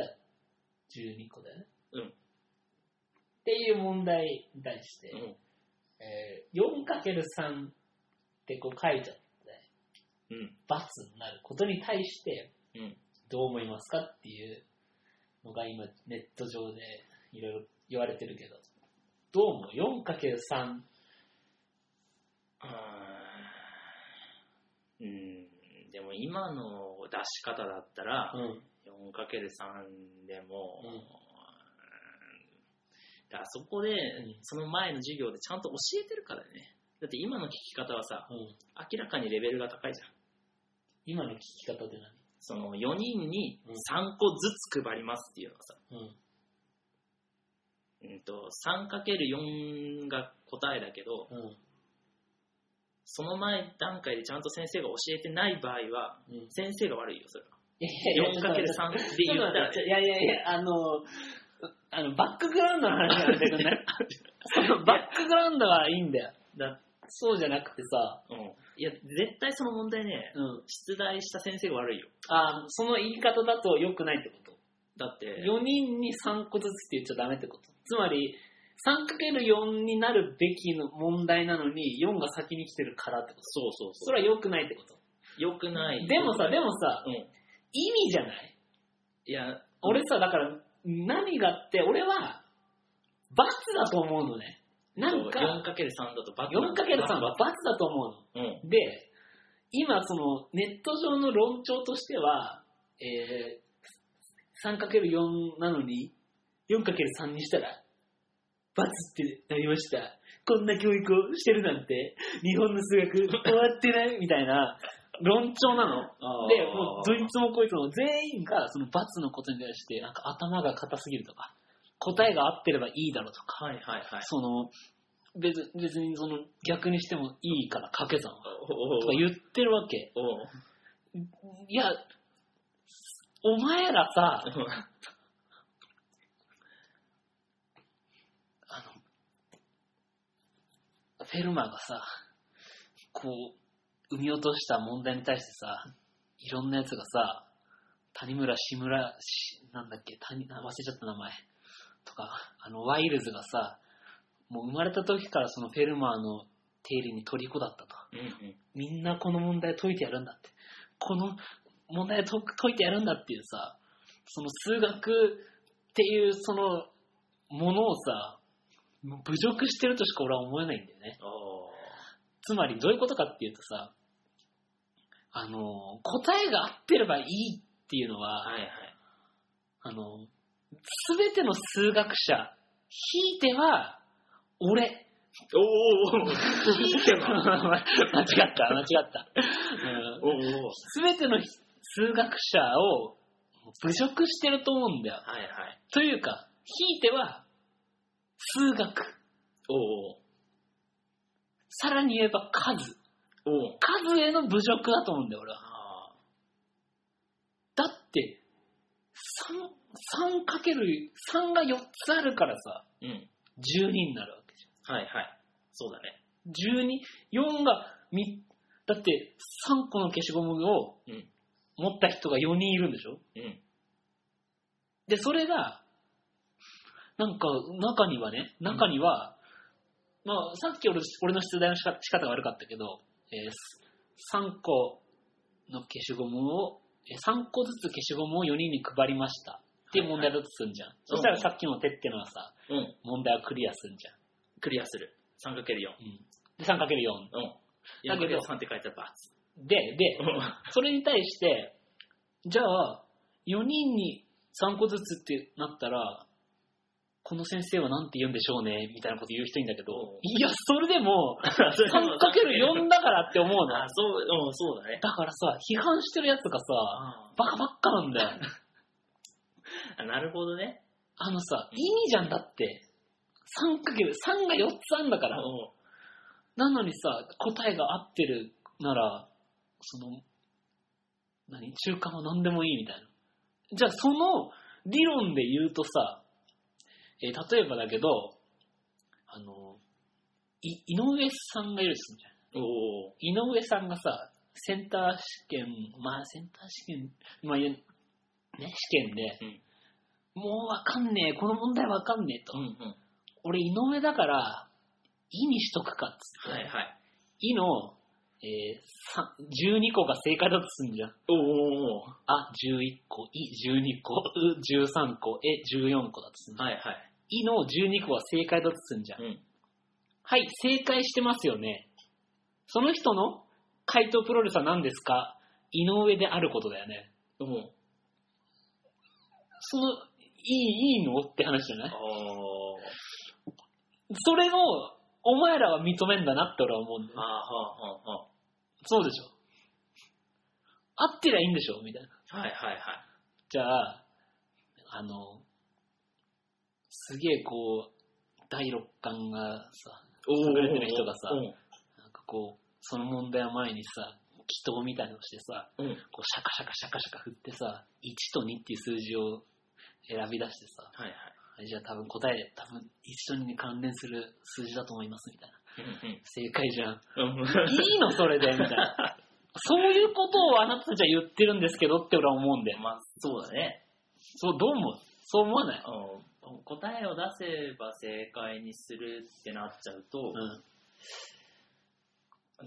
12個だよね。
うん
っていう問題に対して、
うん
えー、4×3 ってこう書いちゃって、
うん。
罰になることに対して、
うん。
どう思いますかっていうのが今ネット上でいろいろ言われてるけど、どう思う ?4×3。
あーうん。でも今の出し方だったら、
うん
4×3 でも、
うん
うんだからそこで、
ん
その前の授業でちゃんと教えてるからね。だって今の聞き方はさ、
うん、
明らかにレベルが高いじゃん。
今の聞き方って何
その4人に
うん
3個ずつ配りますっていうのはさ、
うん
うんと、3×4 が答えだけど、
うん
その前段階でちゃんと先生が教えてない場合は、
うん、い
先生が悪いよ、それは。
やいやいやちょっと待って
4×3 で言ったらね、
いやいやいや、あの、あの、バックグラウンドの話なんだけど ね。そのバックグラウンドはいいんだよ。
だ
そうじゃなくてさ、
うん。いや、絶対その問題ね、
うん。
出題した先生が悪いよ。
あその言い方だと良くないってこと。
だって、
4人に3個ずつって言っちゃダメってこと。つまり、3×4 になるべきの問題なのに、4が先に来てるからってこと。
そうそうそ
それは良くないってこと。
う。よくない。
でもさ、でもさ、
うん。
意味じゃない
いや、
俺さ、だから、何がって、俺は、罰だと思うのね。なんか、
4×3 だとバ
4×3 は罰だと思う
うん。
の。で、今そのネット上の論調としては、えー、3×4 なのに 4×3 にしたら罰ってなりました。こんな教育をしてるなんて日本の数学終わってないみたいな論調なの。で、もうどいつもこいつも全員がその罰のことに対してなんか頭が硬すぎるとか、答えが合ってればいいだろうとか、
はいはいはい。
その別別にその逆にしてもいいから掛け算は
おお
とか言ってるわけ
おお
いやお前らさあのフェルマーがさこう産み落とした問題に対してさいろんなやつがさ谷村志村しなんだっけ谷あ忘れちゃった名前とかあのワイルズがさもう生まれた時からそのフェルマーの定理に虜だったと
うんうん。
みんなこの問題解いてやるんだって。この問題解く解いてやるんだっていうさ、その数学っていうそのものをさ、もう侮辱してるとしか俺は思えないんだよね。
おお
つまりどういうことかっていうとさ、あの、答えが合ってればいいっていうのは、
はいはい。
あの、すべての数学者、ひいては、俺。
お おおお聞いて
間違
ば
った、間違った。うん
おおお
すべての数学者を侮辱してると思うんだよ。
はいはい。
というか、ひいては、数学。
おお
さらに言えば数。
おう。
数への侮辱だと思うんだよ、俺は。
あ
だって、3、3かける、3が4つあるからさ、
ーうん。
12になるわけじ
はいはい。そうだね。
ゃん。12、4が3、だって3個の消しゴムを
うん
持った人が4人いるんでしょ
うん。
で、それが、なんか、中にはね、中には、まあ、さっき俺俺の出題の仕方仕方が悪かったけど、え3個の消しゴムを、え3個ずつ消しゴムを4人に配りました。っていう問題だとするんじゃん。そしたらさっきの手ってのはさ、
うん。
問題をクリアするんじゃん。
クリアする。3×4。
うん。で、3×4。
うん。
だけど
4×3 って書いてあった。
で、で、 それに対して、じゃあ、4人に3個ずつってなったら、この先生はなんて言うんでしょうね、みたいなこと言う人いるんだけど
うん、
いや、それでも、3×4
だ。
だからって思う
あ
な。、
そう、うん、そうだね。
だからさ、批判してるやつがさ、
あ
バカばっかなんだよ。
あ、なるほどね。
あのさ、意味じゃんだって。3×3 が4つあんだか
う
ら。
ん。
なのにさ、答えが合ってるなら、その、何中間は何でもいいみたいな。じゃあその理論で言うとさ、えー例えばだけど、あの、い井上さんがいるですね。
おお。
井上さんがさ、センター試験、まあセンター試験、まあ、ね、試験で、
うん
もうわかんねえ、この問題わかんねえと。
うんうん。
俺井上だから、いにしとくかっつって。
はいはい。
いの、えーさ、12個が正解だとすんじゃん。
おお。は
あ、11個、い、12個、う、13個、え、14個だとすんじゃん。
いはい。
いの12個は正解だとすんじゃん。
うん。
はい、正解してますよね。その人の回答プロレスは何ですか井上であることだよね。
おお。
その、いい、いいのって話じゃない
あ
それを、お前らは認めんだなって俺は思うんだ
あ。
よ。
ああ、はあは
そうでしょ。合ってりゃいいんでしょみたいな。
あ。はいはいはい。
じゃあ、あの、すげえこう、第六感がさ、
お
優れてる人がさ
うん。
なんかこう、その問題を前にさ、祈祷みたいのをしてさ、
うん。
こうシャカシャカシャカシャカ振ってさ、1と2っていう数字を選び出してさ、
はいはい。
じゃあ多分答え、多分1と2に関連する数字だと思いますみたいな。
うん
正解じゃん。
うん。
いいのそれでみたいな。そういうことをあなたたちは言ってるんですけどって俺は思うんだよ。
まあ、そうだね。
そう、どう思うそう思わない
うん答えを出せば正解にするってなっちゃうと、
うん。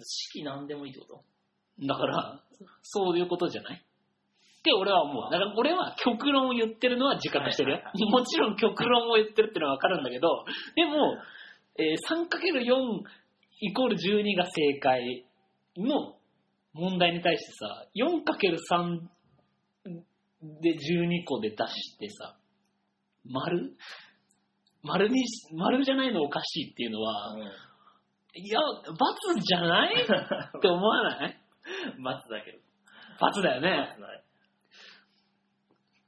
式なんでもいいってこと
だから、そういうことじゃないって俺は思う。だから俺は極論を言ってるのは自覚してるよ
はいは。
もちろん極論を言ってるってのはわかるんだけど、でも、えー 3×4 イコール12が正解の問題に対してさ、4×3 で12個で出してさ、丸丸にし、丸じゃないのおかしいっていうのは、いや、罰じゃないって思わない
うん。待つだけど。
罰だよね。
はい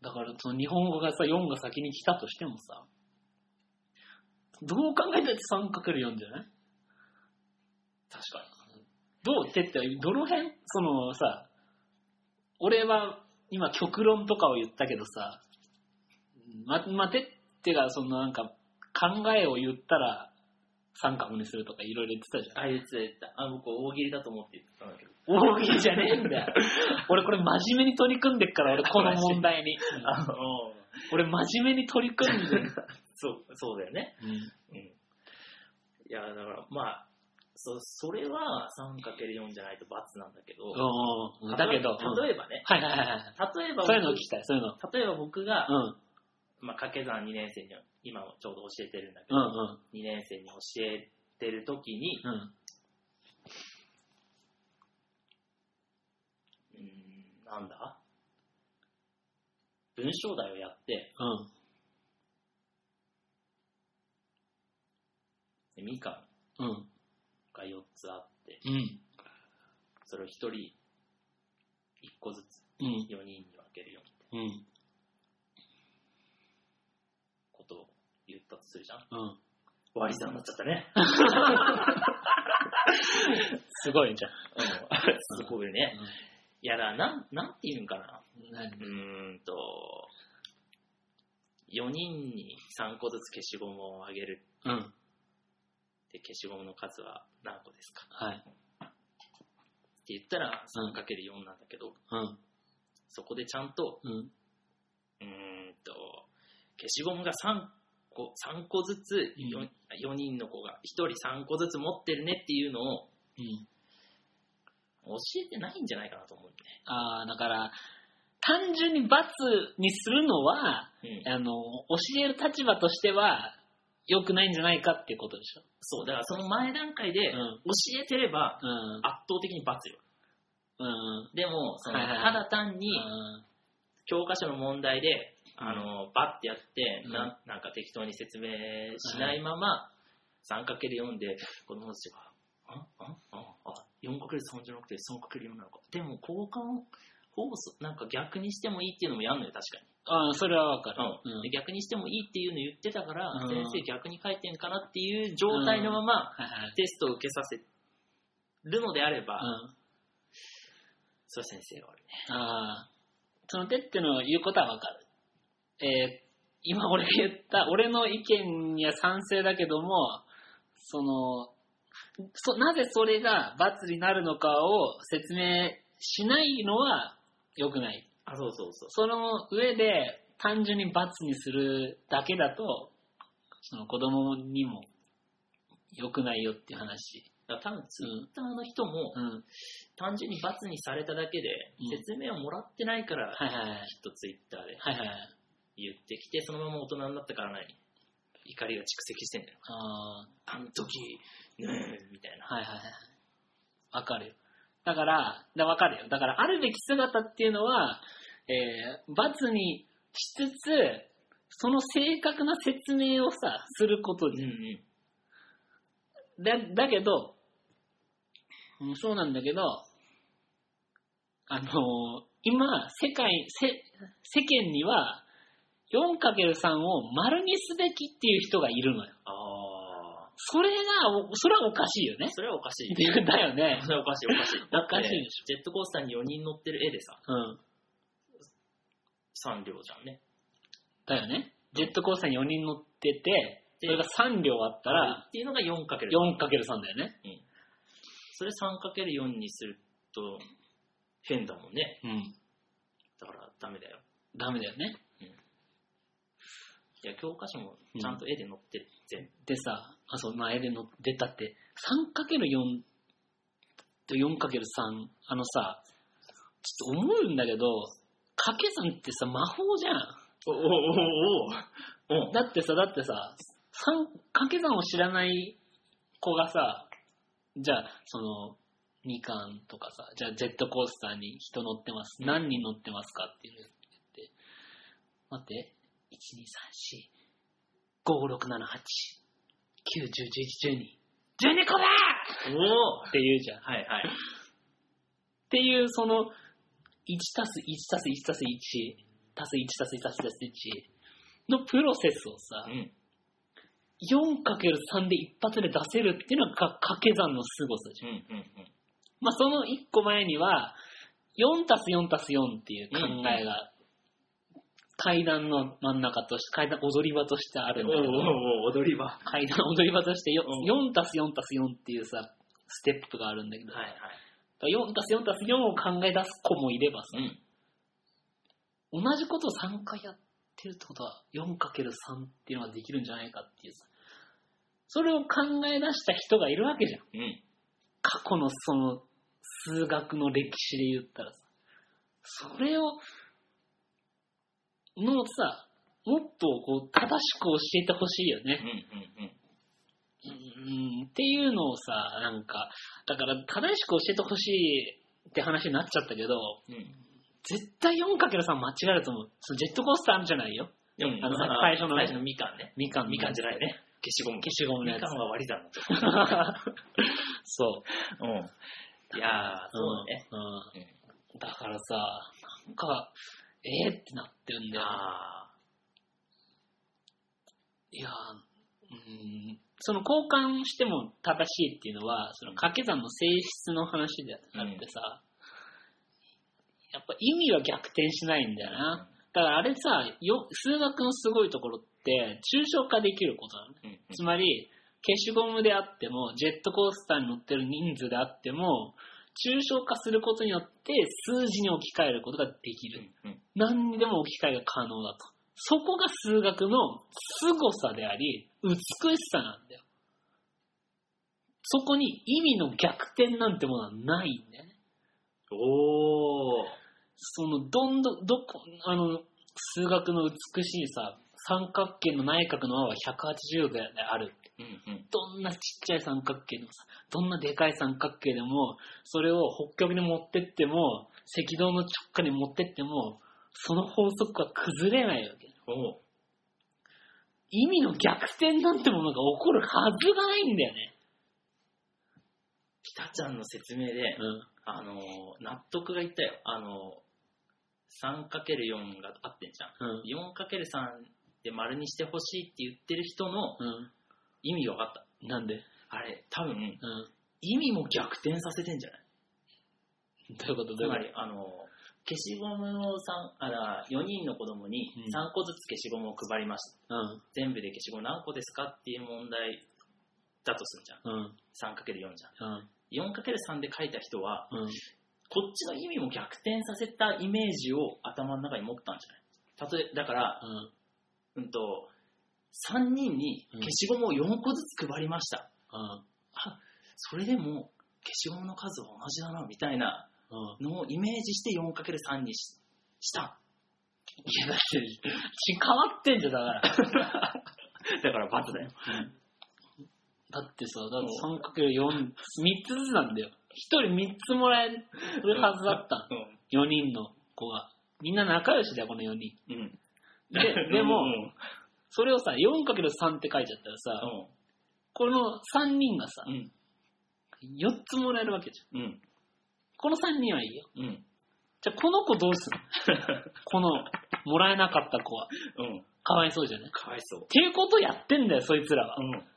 だから、その日本語がさ、4が先に来たとしてもさ、どう考えたって 3×4 じゃない
確か
どうってって、どの辺そのさ、俺は今極論とかを言ったけどさ、ま、まてってが、そのなんか、考えを言ったら、三角にするとかいろいろ言ってたじゃん。
に。あいつ言った。あ、僕大喜利だと思って言ったんだけど。
大喜利じゃねえん だよ。俺これ真面目に取り組んでっから、俺この問題に。
あの、
俺真面目に取り組んでる。
そう、そうだよね。うん。いや、だから、まあ、そそれは 3×4 じゃないと罰なんだけど、
うんうんだけど、うん
例えばね、
はいはいはいはい。
例えば
そう
僕
いうのを聞きたい、そういうの。
例えば僕が、
うん、
まあ、掛け算2年生に、今もちょうど教えてるんだけ
う
ど、
ん、うん、
2年生に教えてる時に、
うん。
うーん、なんだ文章題をやって、
うん、
でみかん
うん、
が4つあって、
うん、
それを1人1個ずつ
うん、
4人に分けるよみたいな
うん、
ことを言ったとするじゃん。
うん。
割り算になっちゃったね。
すごいじゃん。
うんすごいね。いやだ、なん、なんていうんかな。
何
うーんと、4人に3個ずつ消しゴムをあげる
うん。
って消しゴムの数は何個ですか
はい。
って言ったら 3×4 なんだけど、
うん。
そこでちゃんと、
うん。
うーんと、消しゴムが3個、三個ずつ4、
う
四人の子が1人3個ずつ持ってるねっていうのを
うん。
教えてないんじゃないかなと思うね。
ああ、だから、単純に罰にするのは、
うん
あの、教える立場としては、良くないんじゃないかっていうことでしょ。
そう、だからその前段階で
う
教
ん
えてれば
うん。
圧倒的に罰よ。
うん。
でも、その
はいはいはい
ただ単に
うん
教科書の問題で、
うん
あの、バッてやって、
うん
ななんか適当に説明しないまま、3×4 で、子供たちが、あ、あ、あ、あ、4×3 じゃなくて 3×4 なのか。でも、交換法則、なんか逆にしてもいいっていうのもやんのよ、確かに。
ああ、それはわかる。
うん
うん
で逆にしてもいいっていうの言ってたから、
うん
先生逆に書いてんかなっていう状態のまま、
はいはい。
テストを受けさせるのであれば、
うん。
それは先生が悪いね。
ああ、その手っての言うことはわかる。えー今俺が言った、俺の意見には賛成だけども、その、そなぜそれが罰になるのかを説明しないのは良くない。
あ、そうそうそう。
その上で単純に罰にするだけだと、その子供にも良くないよっていう話。
だから多分、ツイッターの人も、
うん。
単純に罰にされただけで
うん、
説明をもらってないから、
はいはいはい。
きっとツイッターで
はいはいはい。
言ってきて、そのまま大人になったから何怒りが蓄積してんだよ。
あー
あの時、ねえみたいな。
はいはいはい。わかるよ。だから、だわかるよ。だから、あるべき姿っていうのは、えー、罰にしつつ、その正確な説明をさ、すること
うんう
で。
ん。
だ、だけど、うんそうなんだけど、あのー今、世界、せ、世間には、4×3 を丸にすべきっていう人がいるのよ。
ああ。
それが、おそれはおかしいよ ね。
それはおかしい。
だよね。
それはおかしい、おかしい。
おかしいで
しょ。ジェットコースターに4人乗ってる絵でさ、
うん。
3両じゃんね。
だよね。ジェットコースターに4人乗ってて、それが3両あったら、
っていうのが 4×4。
4×3 だよね。
それ 3×4 にすると、変だもんね。
うん。
だからダメだよ。
ダメだよね。
いや、教科書もちゃんと絵で載ってる、全部。
でさ、あ、そう、まあ、絵で乗ってたって、3×4 と 4×3、あのさ、ちょっと思うんだけど、掛け算ってさ、魔法じゃん。
おおおおお
だってさ、だってさ、三掛け算を知らない子がさ、じゃあ、その、2巻とかさ、じゃあジェットコースターに人乗ってます。
うん
何人乗ってますかっていうの言って、待って、1、2、3、4、5、6、7、8、9、10、11、12、12個だ
おお
って言うじゃん。っ
はいはい。
ていう、その、1たす1たす1たす1たす1たす1たす1たす1のプロセスをさ、
うん。
4×3 で一発で出せるっていうのがか掛け算の凄さじ
う
ゃん。
んうんうん。
まあその1個前には、4たす4たす4っていう考えが、階段の真ん中として、階段踊り場としてあるんだけど、
おお踊り場。は
階段踊り場として
う
4たす4たす4っていうさ、ステップがあるんだけ
い
ど、
はい。
4たす4たす4を考え出す子もいればさ、
うん。
同じことを3回やってるってことは 4×3 っていうのができるんじゃないかっていうさ、それを考え出した人がいるわけじゃん。
うん。
過去のその数学の歴史で言ったらさ、それを、のさ、もっとこう正しく教えてほしいよ
うん
ね。
うんうん。
うん、っていうのをさ、なんか、だから正しく教えてほしいって話になっちゃったけど、
うん。
絶対 4×3 間違えると思う。そのジェットコースターあるじゃないよ。
でも
あのさ
ま
最初のね
最初のみかんね。
みかんの
みかんじゃないね。消しゴム。
消しゴムのや
み
つ
か。んは割り算だと。
そう。
うん。いやー、そうだね。
うん。うん。だからさ、なんか、えー、ってなってるんだよ。
あ
いやー、うーん、その交換しても正しいっていうのは、その掛け算の性質の話であってさ、やっぱ意味は逆転しないんだよな。だからあれさ、よ数学のすごいところって、抽象化できることなのね。
うんうん
つまり、消しゴムであっても、ジェットコースターに乗ってる人数であっても、抽象化することによって数字に置き換えることができる。
うん
何にでも置き換えが可能だと。そこが数学の凄さであり、美しさなんだよ。そこに意味の逆転なんてものはないんだよね。
おー
その、どんどん、どこ、あの、数学の美しいさ、三角形の内角の和は180度である。
うんうん
どんなちっちゃい三角形でもさ、どんなでかい三角形でも、それを北極に持ってっても、赤道の直下に持ってっても、その法則は崩れないわけ。
おー
意味の逆転なんてものが起こるはずがないんだよね。
北ちゃんの説明で、
うん。
あのー納得がいったよあのー 3×4 が合ってんじゃん
うん。
4×3 で丸にしてほしいって言ってる人の
う
意味が分かった
ん。なんで
あれ多分
うん。
意味も逆転させてんじゃない
どういうこと
つ
どう
ま
いう
りあの消しゴムを三あら4人の子供に
うん
3個ずつ消しゴムを配りました、
こと
全部で消しゴム何個ですかっていう問題だとするじゃ
うん。うん。
ん 3×4 じゃん
うん。
4×3 で書いた人は
うん。
こっちの意味も逆転させたイメージを頭の中に持ったんじゃない例えだから、
うん。
うんと、3人に消しゴムを4個ずつ配りました。
うん。
あ、それでも消しゴムの数は同じだな、みたいな
うん。
のをイメージして 4×3 にしした。
いや、だって、ち変わってんじゃん、だから。
だから罰だよ。
だってさ、だって 3×4、3つずつなんだよ。1人3つもらえるはずだったの。4人の子が。みんな仲良しだよ、この4人。
うん。うん。
で、でも
う、ん
それをさ、4×3 って書いちゃったらさ、この3人がさ
う、ん。
4つもらえるわけじゃん。
うん。
この3人はいいよ。
うん。うん。
じゃあ、この子どうするの この、もらえなかった子は。
うん。
かわいそうじゃないっ
かわいそう。
ていうことやってんだよ、そいつらは。
うん。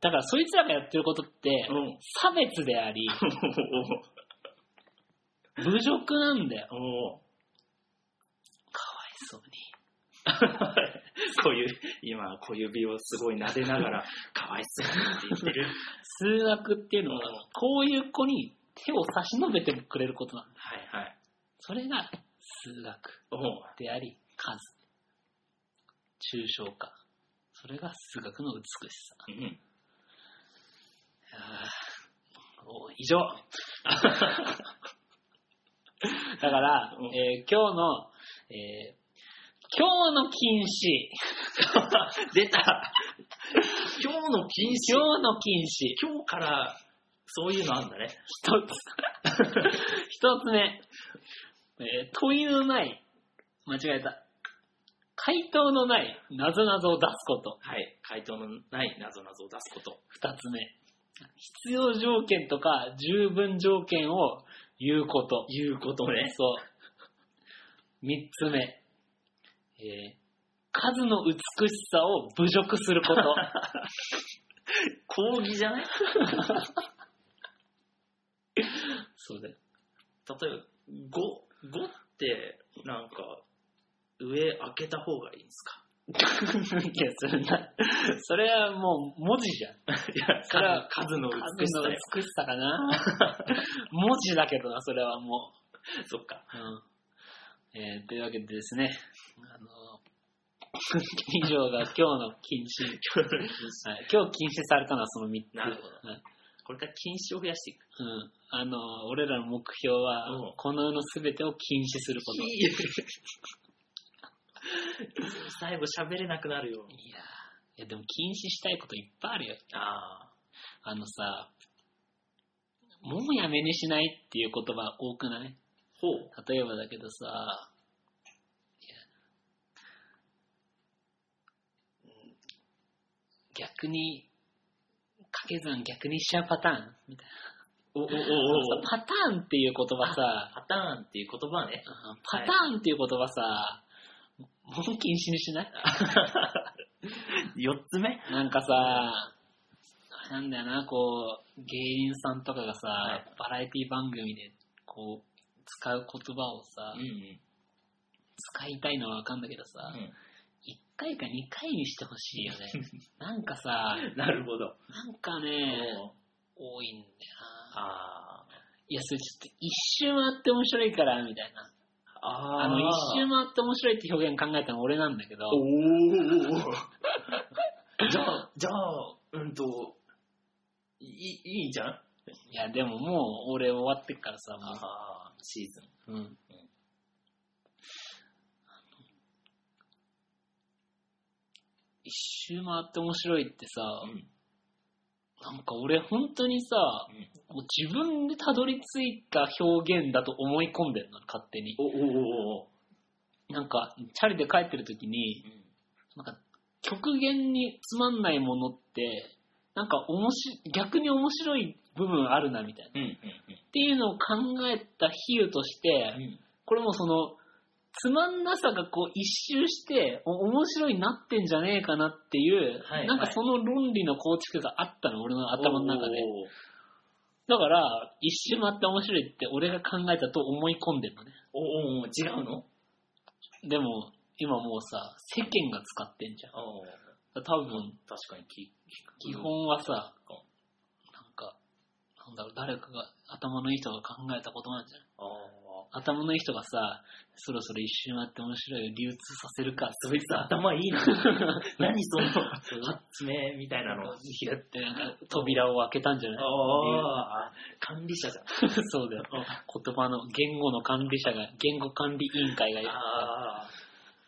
だから、そいつらがやってることって、
うん。
差別で あり、侮辱なんだよ。
おお
かわいそうに。
こういう、今、小指をすごい撫でながら、かわいそうって言ってる。
数学っていうのは
うん、
こういう子に手を差し伸べてくれることなんだ。
はいはい。
それが、数学
おお
であり、数。抽象化。それが数学の美しさ。
うん。
あーもう以上。 だから、
うん
えー今日の、えー今日の禁止。
出た 今日の禁止
今日の禁止。
今日からそういうのあんだね。
一つ。 一つ目。えー問いのない、間違えた。回答のない、謎々を出すこと。
はい。回答のない謎々を出すこと。
二つ目。必要条件とか十分条件を言うこと。
いうことね。
そう。三つ目。えー数の美しさを侮辱する こと。
講義じゃない
そうだよ。
例えば、五五って、なんか、上開けた方がいいんですか
いや、それな、それはもう文字じゃん。
いや、
それは
数の
数の
美しさよ。
美しさか な。文字だけどな、それはも
そっ か。
う。うん。えーというわけでですね、あの、 以上が今日の禁止。はい、今日禁止されたのはその3つ。
なるほど
はい
これから禁止を増やしていく。
うん。あの、俺らの目標は
うん、
この世のすべてを禁止すること。
いい最後喋れなくなるよ。
いやーいやでも禁止したいこといっぱいあるよ。
あ
あのさ、もうやめにしないっていう言葉多くない
あ。ほう。
例えばだけどさ、いやうん逆に、掛け算逆にしちゃうパターンみたい
おおお
な。
おお。
パターンっていう言葉さ、
パターンっていう言葉ね。
うんパターンっていう言葉さ、もう禁止にしない
4つ目
なんかさ、なんだよな、こう、芸人さんとかがさ、
はい
バラエティ番組で、こう、使う言葉をさ、
うんうん。
使いたいのはわかんだけどさ、一1回か2回にしてほしい よね。なんかさ、
うんなるほど。
なんか
うん
ね、多いんだよな。
あー
いや、それちょっと一周回って面白いから、みたいな。
あー。
あの、一周回って面白いって表現考えたの俺なんだけど、
おお。じゃあ、じゃあ、うんと、いいいいじゃん
いや、でももう俺終わってっからさ、も
ああ、シーズン。
う。うん。一周回って面白いってさ、
ん。
なんか俺本当にさ、もう自分でたどり着いた表現だと思い込んでるの、勝手に。
おおおお。
なんか、チャリで帰ってる時に、なんか、極限につまんないものって、なんか面白い、逆に面白い部分あるな、みたいな。
うん。うん。
っていうのを考えた比喩として、
ん。
これもその、つまんなさがこう一周して、お面白いなってんじゃねえかなっていう、
はい
なんか
はい
その論理の構築があったの、俺の頭の中で。
おー
だから、一周回って面白いって俺が考えたと思い込んでるのね。
おーおー違うの
でも、今もうさ、世間が使ってんじゃん。
おー
多分、
確かにき
基本はさ、なんか、なんだろう、誰かが、頭のいい人が考えたことなんじゃん。
ああ
頭のいい人がさ、そろそろ一周回って面白いを流通させるか、
そいつ頭いい な何その発明みたいなの
拾って、なんか扉を開けたんじゃない
ああ管理者じゃん
そうだよ。言葉の、言語の管理者が、言語管理委員会がいる。
あ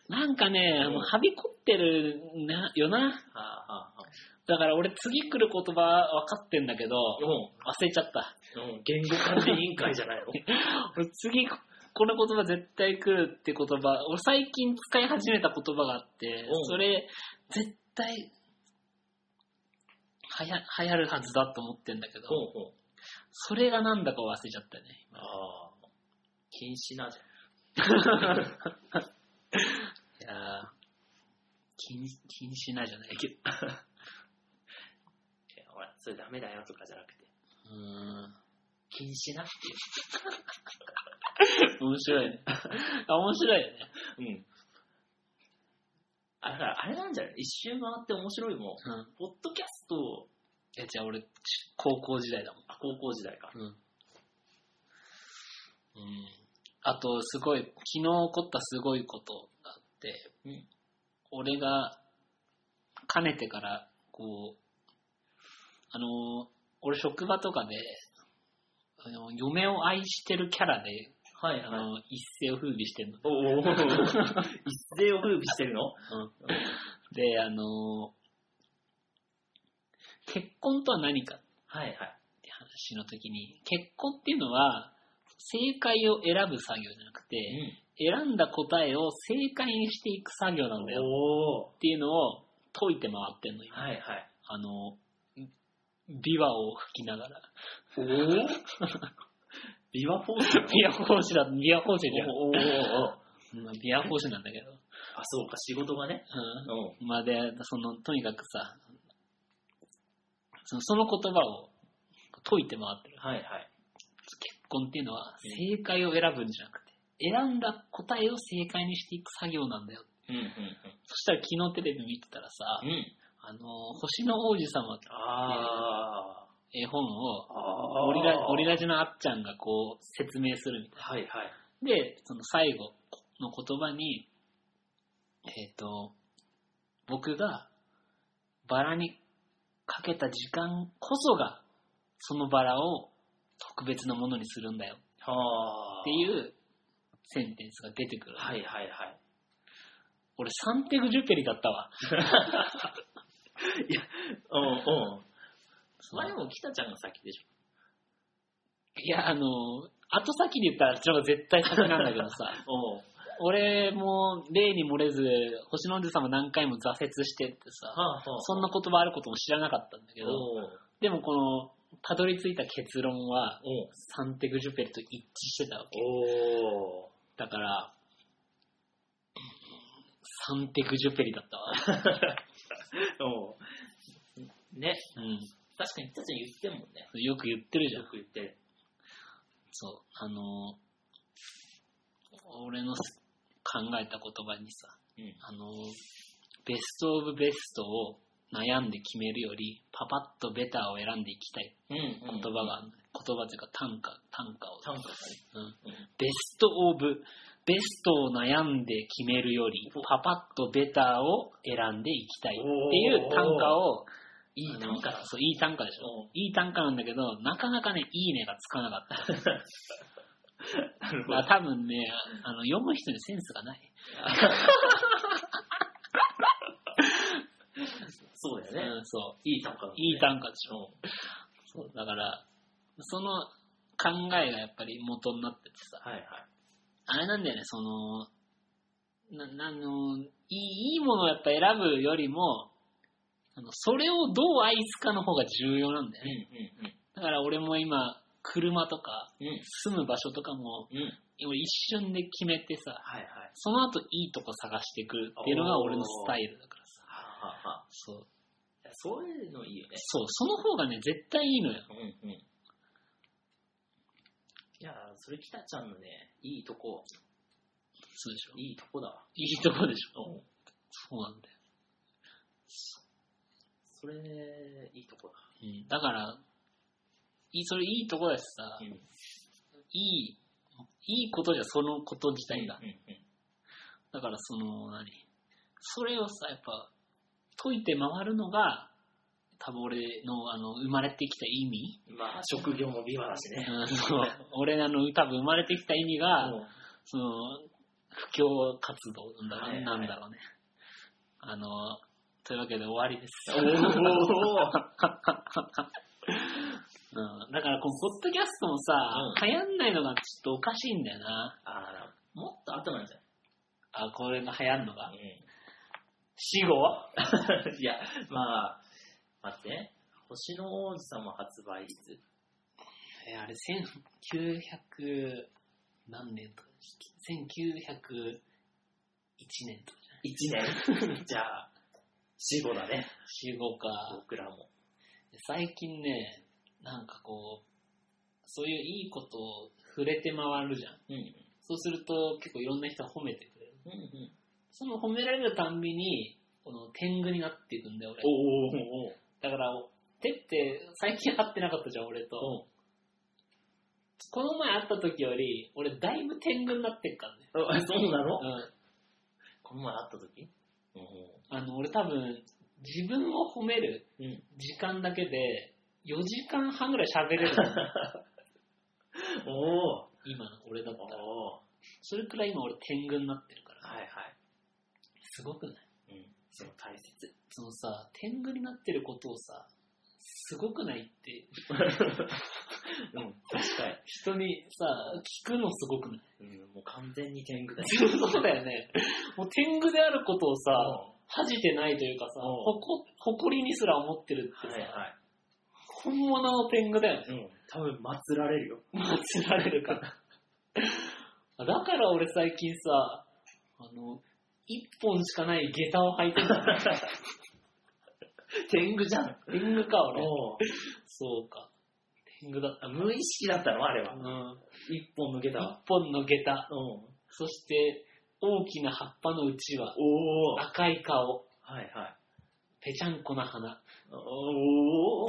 ー
なんかね、もうはびこってるなよな。
あーあー
だから俺次来る言葉分かってんだけど、
うん
忘れちゃった。
うん言語管理委員会じゃ ないの
俺次、この言葉絶対来るって言葉、俺最近使い始めた言葉があって
おう、
それ、絶対、はや、流行るはずだと思ってんだけど、
おうおう
それがなんだか忘れちゃったね。
ああ禁止なじ
いやー禁禁止なじゃないけど。
ゃんほらそれダメだよとかじゃなくて
うーん。
禁止な
面白いね。あ、面白いね。
うんあだからあれなんじゃない一周回って面白いもん
うん。
ポッドキャスト
え、じゃあ俺、高校時代だもん。
あ高校時代か
うん。あと、すごい、昨日起こったすごいことがあって、
うん
俺が、かねてから、こう、あのー俺職場とかで、あの嫁を愛してるキャラで、
はい
あ
はい
の一世を風靡してるの。
おお一世を風靡してるの
で、あのー結婚とは何かっ
はいはい。
て話の時に、結婚っていうのは、正解を選ぶ作業じゃなくて、選んだ答えを正解にしていく作業なんだよ
おお
っていうのを解いて回ってんの今。
はいはい。
あの、琵琶を吹きながら。
おおビワポーズ
琵琶法師だ、琵琶法師じゃん。
おおあ、
まあ琵琶法師なんだけど。
そうか、仕事がね。う
うん。まあで、その、とにかくさ、そのその言葉を解いて回ってる。
ん。はいはい。
結婚っていうのは正解を選ぶんじゃなくて、選んだ答えを正解にしていく作業なんだよ。
うんうん
そしたら昨日テレビ見てたらさ、
うん。うん。
あの、星の王子様って
あ
絵本を
あ。あ
オリラ、オリ
ラ。
ラジのあっちゃんがこう説明するみたい
はいはい。
な。で、その最後の言葉に、えっ、と、僕がバラにかけた時間こそが、そのバラを特別なものにするんだよ
はあ。
ってい。うセンテンスが出てくる。
はいはいはい。
俺サンテグジュペリだったわ。
うんうん。まあでも、北ちゃんが先でしょ。
いや、あの、後先で言ったらあっちの方が絶対先なんだけどさ。
お
俺も例に漏れず星の王子様何回も挫折してってさ
はあはあ。
そんな言葉あることも知らなかったんだけ
お
ど
お
でもこのたどり着いた結論は
お
サンテグジュペルと一致してたわけ
おお
だからサンテグジュペリだったわ、
おね。
うん、
確かに、たちゃん言ってるもんね。
よく言ってるじゃ
よ
ん。
く言ってる。
そう。あのー、俺のす考えた言葉にさ、
うん。
あのー、ベストオブベストを悩んで決めるより、パパッとベターを選んでいきたい
うん、
言葉があるの、言葉というか単価、単価を。
短歌
うん
だね。
ベストオブ、ベストを悩んで決めるより、パパッとベターを選んでいきたいっていう単価を、
いい短歌だ
そう、いい単価でしょ
うん。
いい単価なんだけど、なかなかね、いいねがつかなかった。
なる
だから多分ね、あの、読む人にセンスがない。
そうだよ
う
ね。
ん、そう。
いい短歌だね
いい単価でしょ。
うん
そう、だから、その考えがやっぱり元になっててさ、
はいはい。
あれなんだよね、その、な、なあの、いい、いいものをやっぱ選ぶよりも、あの、それをどう愛すかの方が重要なんだよ
うん
ね。だから俺も今、車とか、
うんうん。
住む場所とかも、
うん。うん。
俺一瞬で決めてさ、
はいはい。
その後いいとこ探してくるっていうのが俺のスタイルだからさ。
はあはあはあ
そう。
いやそういうのいいよね。
そう、その方がね、絶対いいのよ。
うんうん。いや、それ、北ちゃんのね、いいとこ、
そうでしょ。
いいとこだわ。
いいとこでしょ。
うん
そうなんだよ。
それ、いいとこだ。
うん、だから、いいそれいいとこだしさ、
うん。
いい、いいことじゃんそのこと自体が。
うんうん
だからその、何それをさ、やっぱ、解いて回るのが、多分俺の、あの、生まれてきた意味、
うん。まあ、職業も美話だしね。
うんそう俺らの多分生まれてきた意味が、
うん
その、布教活動なんだろう,、
はいはい
なんだろうね。あの、というわけで終わりです。
お
う
ー
ん、だから、このポッドキャストもさ、
う
流行んないのがちょっとおかしいんだよな。
あーもっと後なんじゃ
あ、これが流行んのが
な。い
死後
うん。いや、まあ、待ってね。星の王子様発売いつ
えーあれ、1900何年とかでしたっけ ?1901 年とかじゃない
?1 年。じゃあ、死後だね。
死後か。
僕らも。
最近ね、なんかこう、そういういいことを触れて回るじゃん。
うん。
そうすると結構いろんな人が褒めてくれる。
うんうん。
その褒められるたんびに、この天狗になっていくんだよ、俺。
おーおーおー
だから、てって最近会ってなかったじゃん、俺と。この前会った時より、俺だいぶ天狗になってるからね。
あ そうなの
うん。
この前会った時
あの、俺多分、自分を褒める
うん。
時間だけで、4時間半ぐらい喋 れるの
おお
今の俺だっ
お
たら。
お
それくらい今俺天狗になってるから。
はいは
すごくない
い。うん。その大切。
そのさ、天狗になってることをさ、すごくないって、
うん、確か
人にさ、聞くのすごく ない
に。うん、もう完全に天狗だよ。
そうだよね。もう天狗であることをさ、
は
恥じてないというかさ、
うん
誇誇りにすら思ってるって
い
さ、
は
本物の天狗だよね
い。うん。多分祀られるよ。
祭られるから。だから俺最近さ、あの、一本しかない下駄を履いて る。
天狗じゃん。
天狗か、俺。
お
そうか。天狗だった。
無意識だったのあれは
う。ん。
一本抜けたわ。
一本の下駄。
うん。
そして、大きな葉っぱのうちわ。
おおはい
赤い顔。
はい。
ぺちゃんこな花。
おおお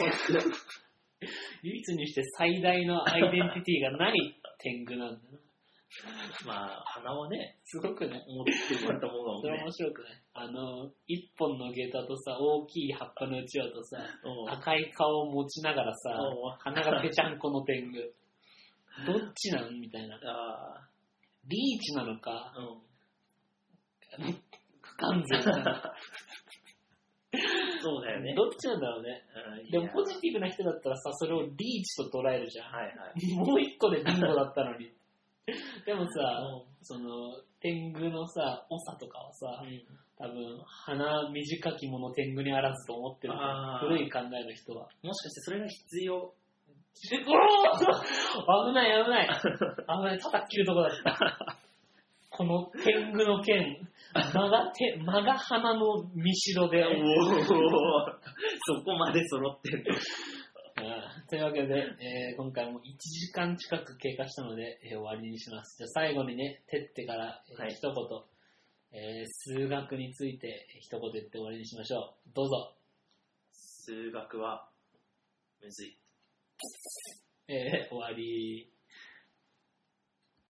唯一にして最大のアイデンティティがない天狗なんだな。
まあ、鼻はね、
すごくない
持って生まれたもの
そ
だ
れ
もんね
面。白くないあの、一本の下駄とさ、大きい葉っぱのうちわとさ、
おー
赤い顔を持ちながらさ、
おー
鼻がぺちゃんこの天狗。どっちなんみたいな。
あ
リーチなのか
あ、、うん。
不完全なのか。
そうだよね。
どっちなんだろうね。
うん
でもポ
い
ジティブな人だったらさ、それをリーチと捉えるじゃ
や
ん。
はいはい。
もう一個でビンゴだったのに。でもさ、
う
その、天狗のさ、長とかはさ、
ん
多分、鼻短きもの天狗にあらずと思ってる
あー
古い考えの人は。
もしかしてそれが必要
おー危ない危ない。危ない、叩きるとこだった。 この天狗の剣、間が手、間が鼻の見代で、
おおそこまで揃ってんの。
というわけで、えー今回も1時間近く経過したので、えー終わりにします。じゃあ最後にね、てってから、えー
はい
一言、えー数学についてえー一言言って終わりにしましょう。どうぞ。
数学はむずい。
えー終わり。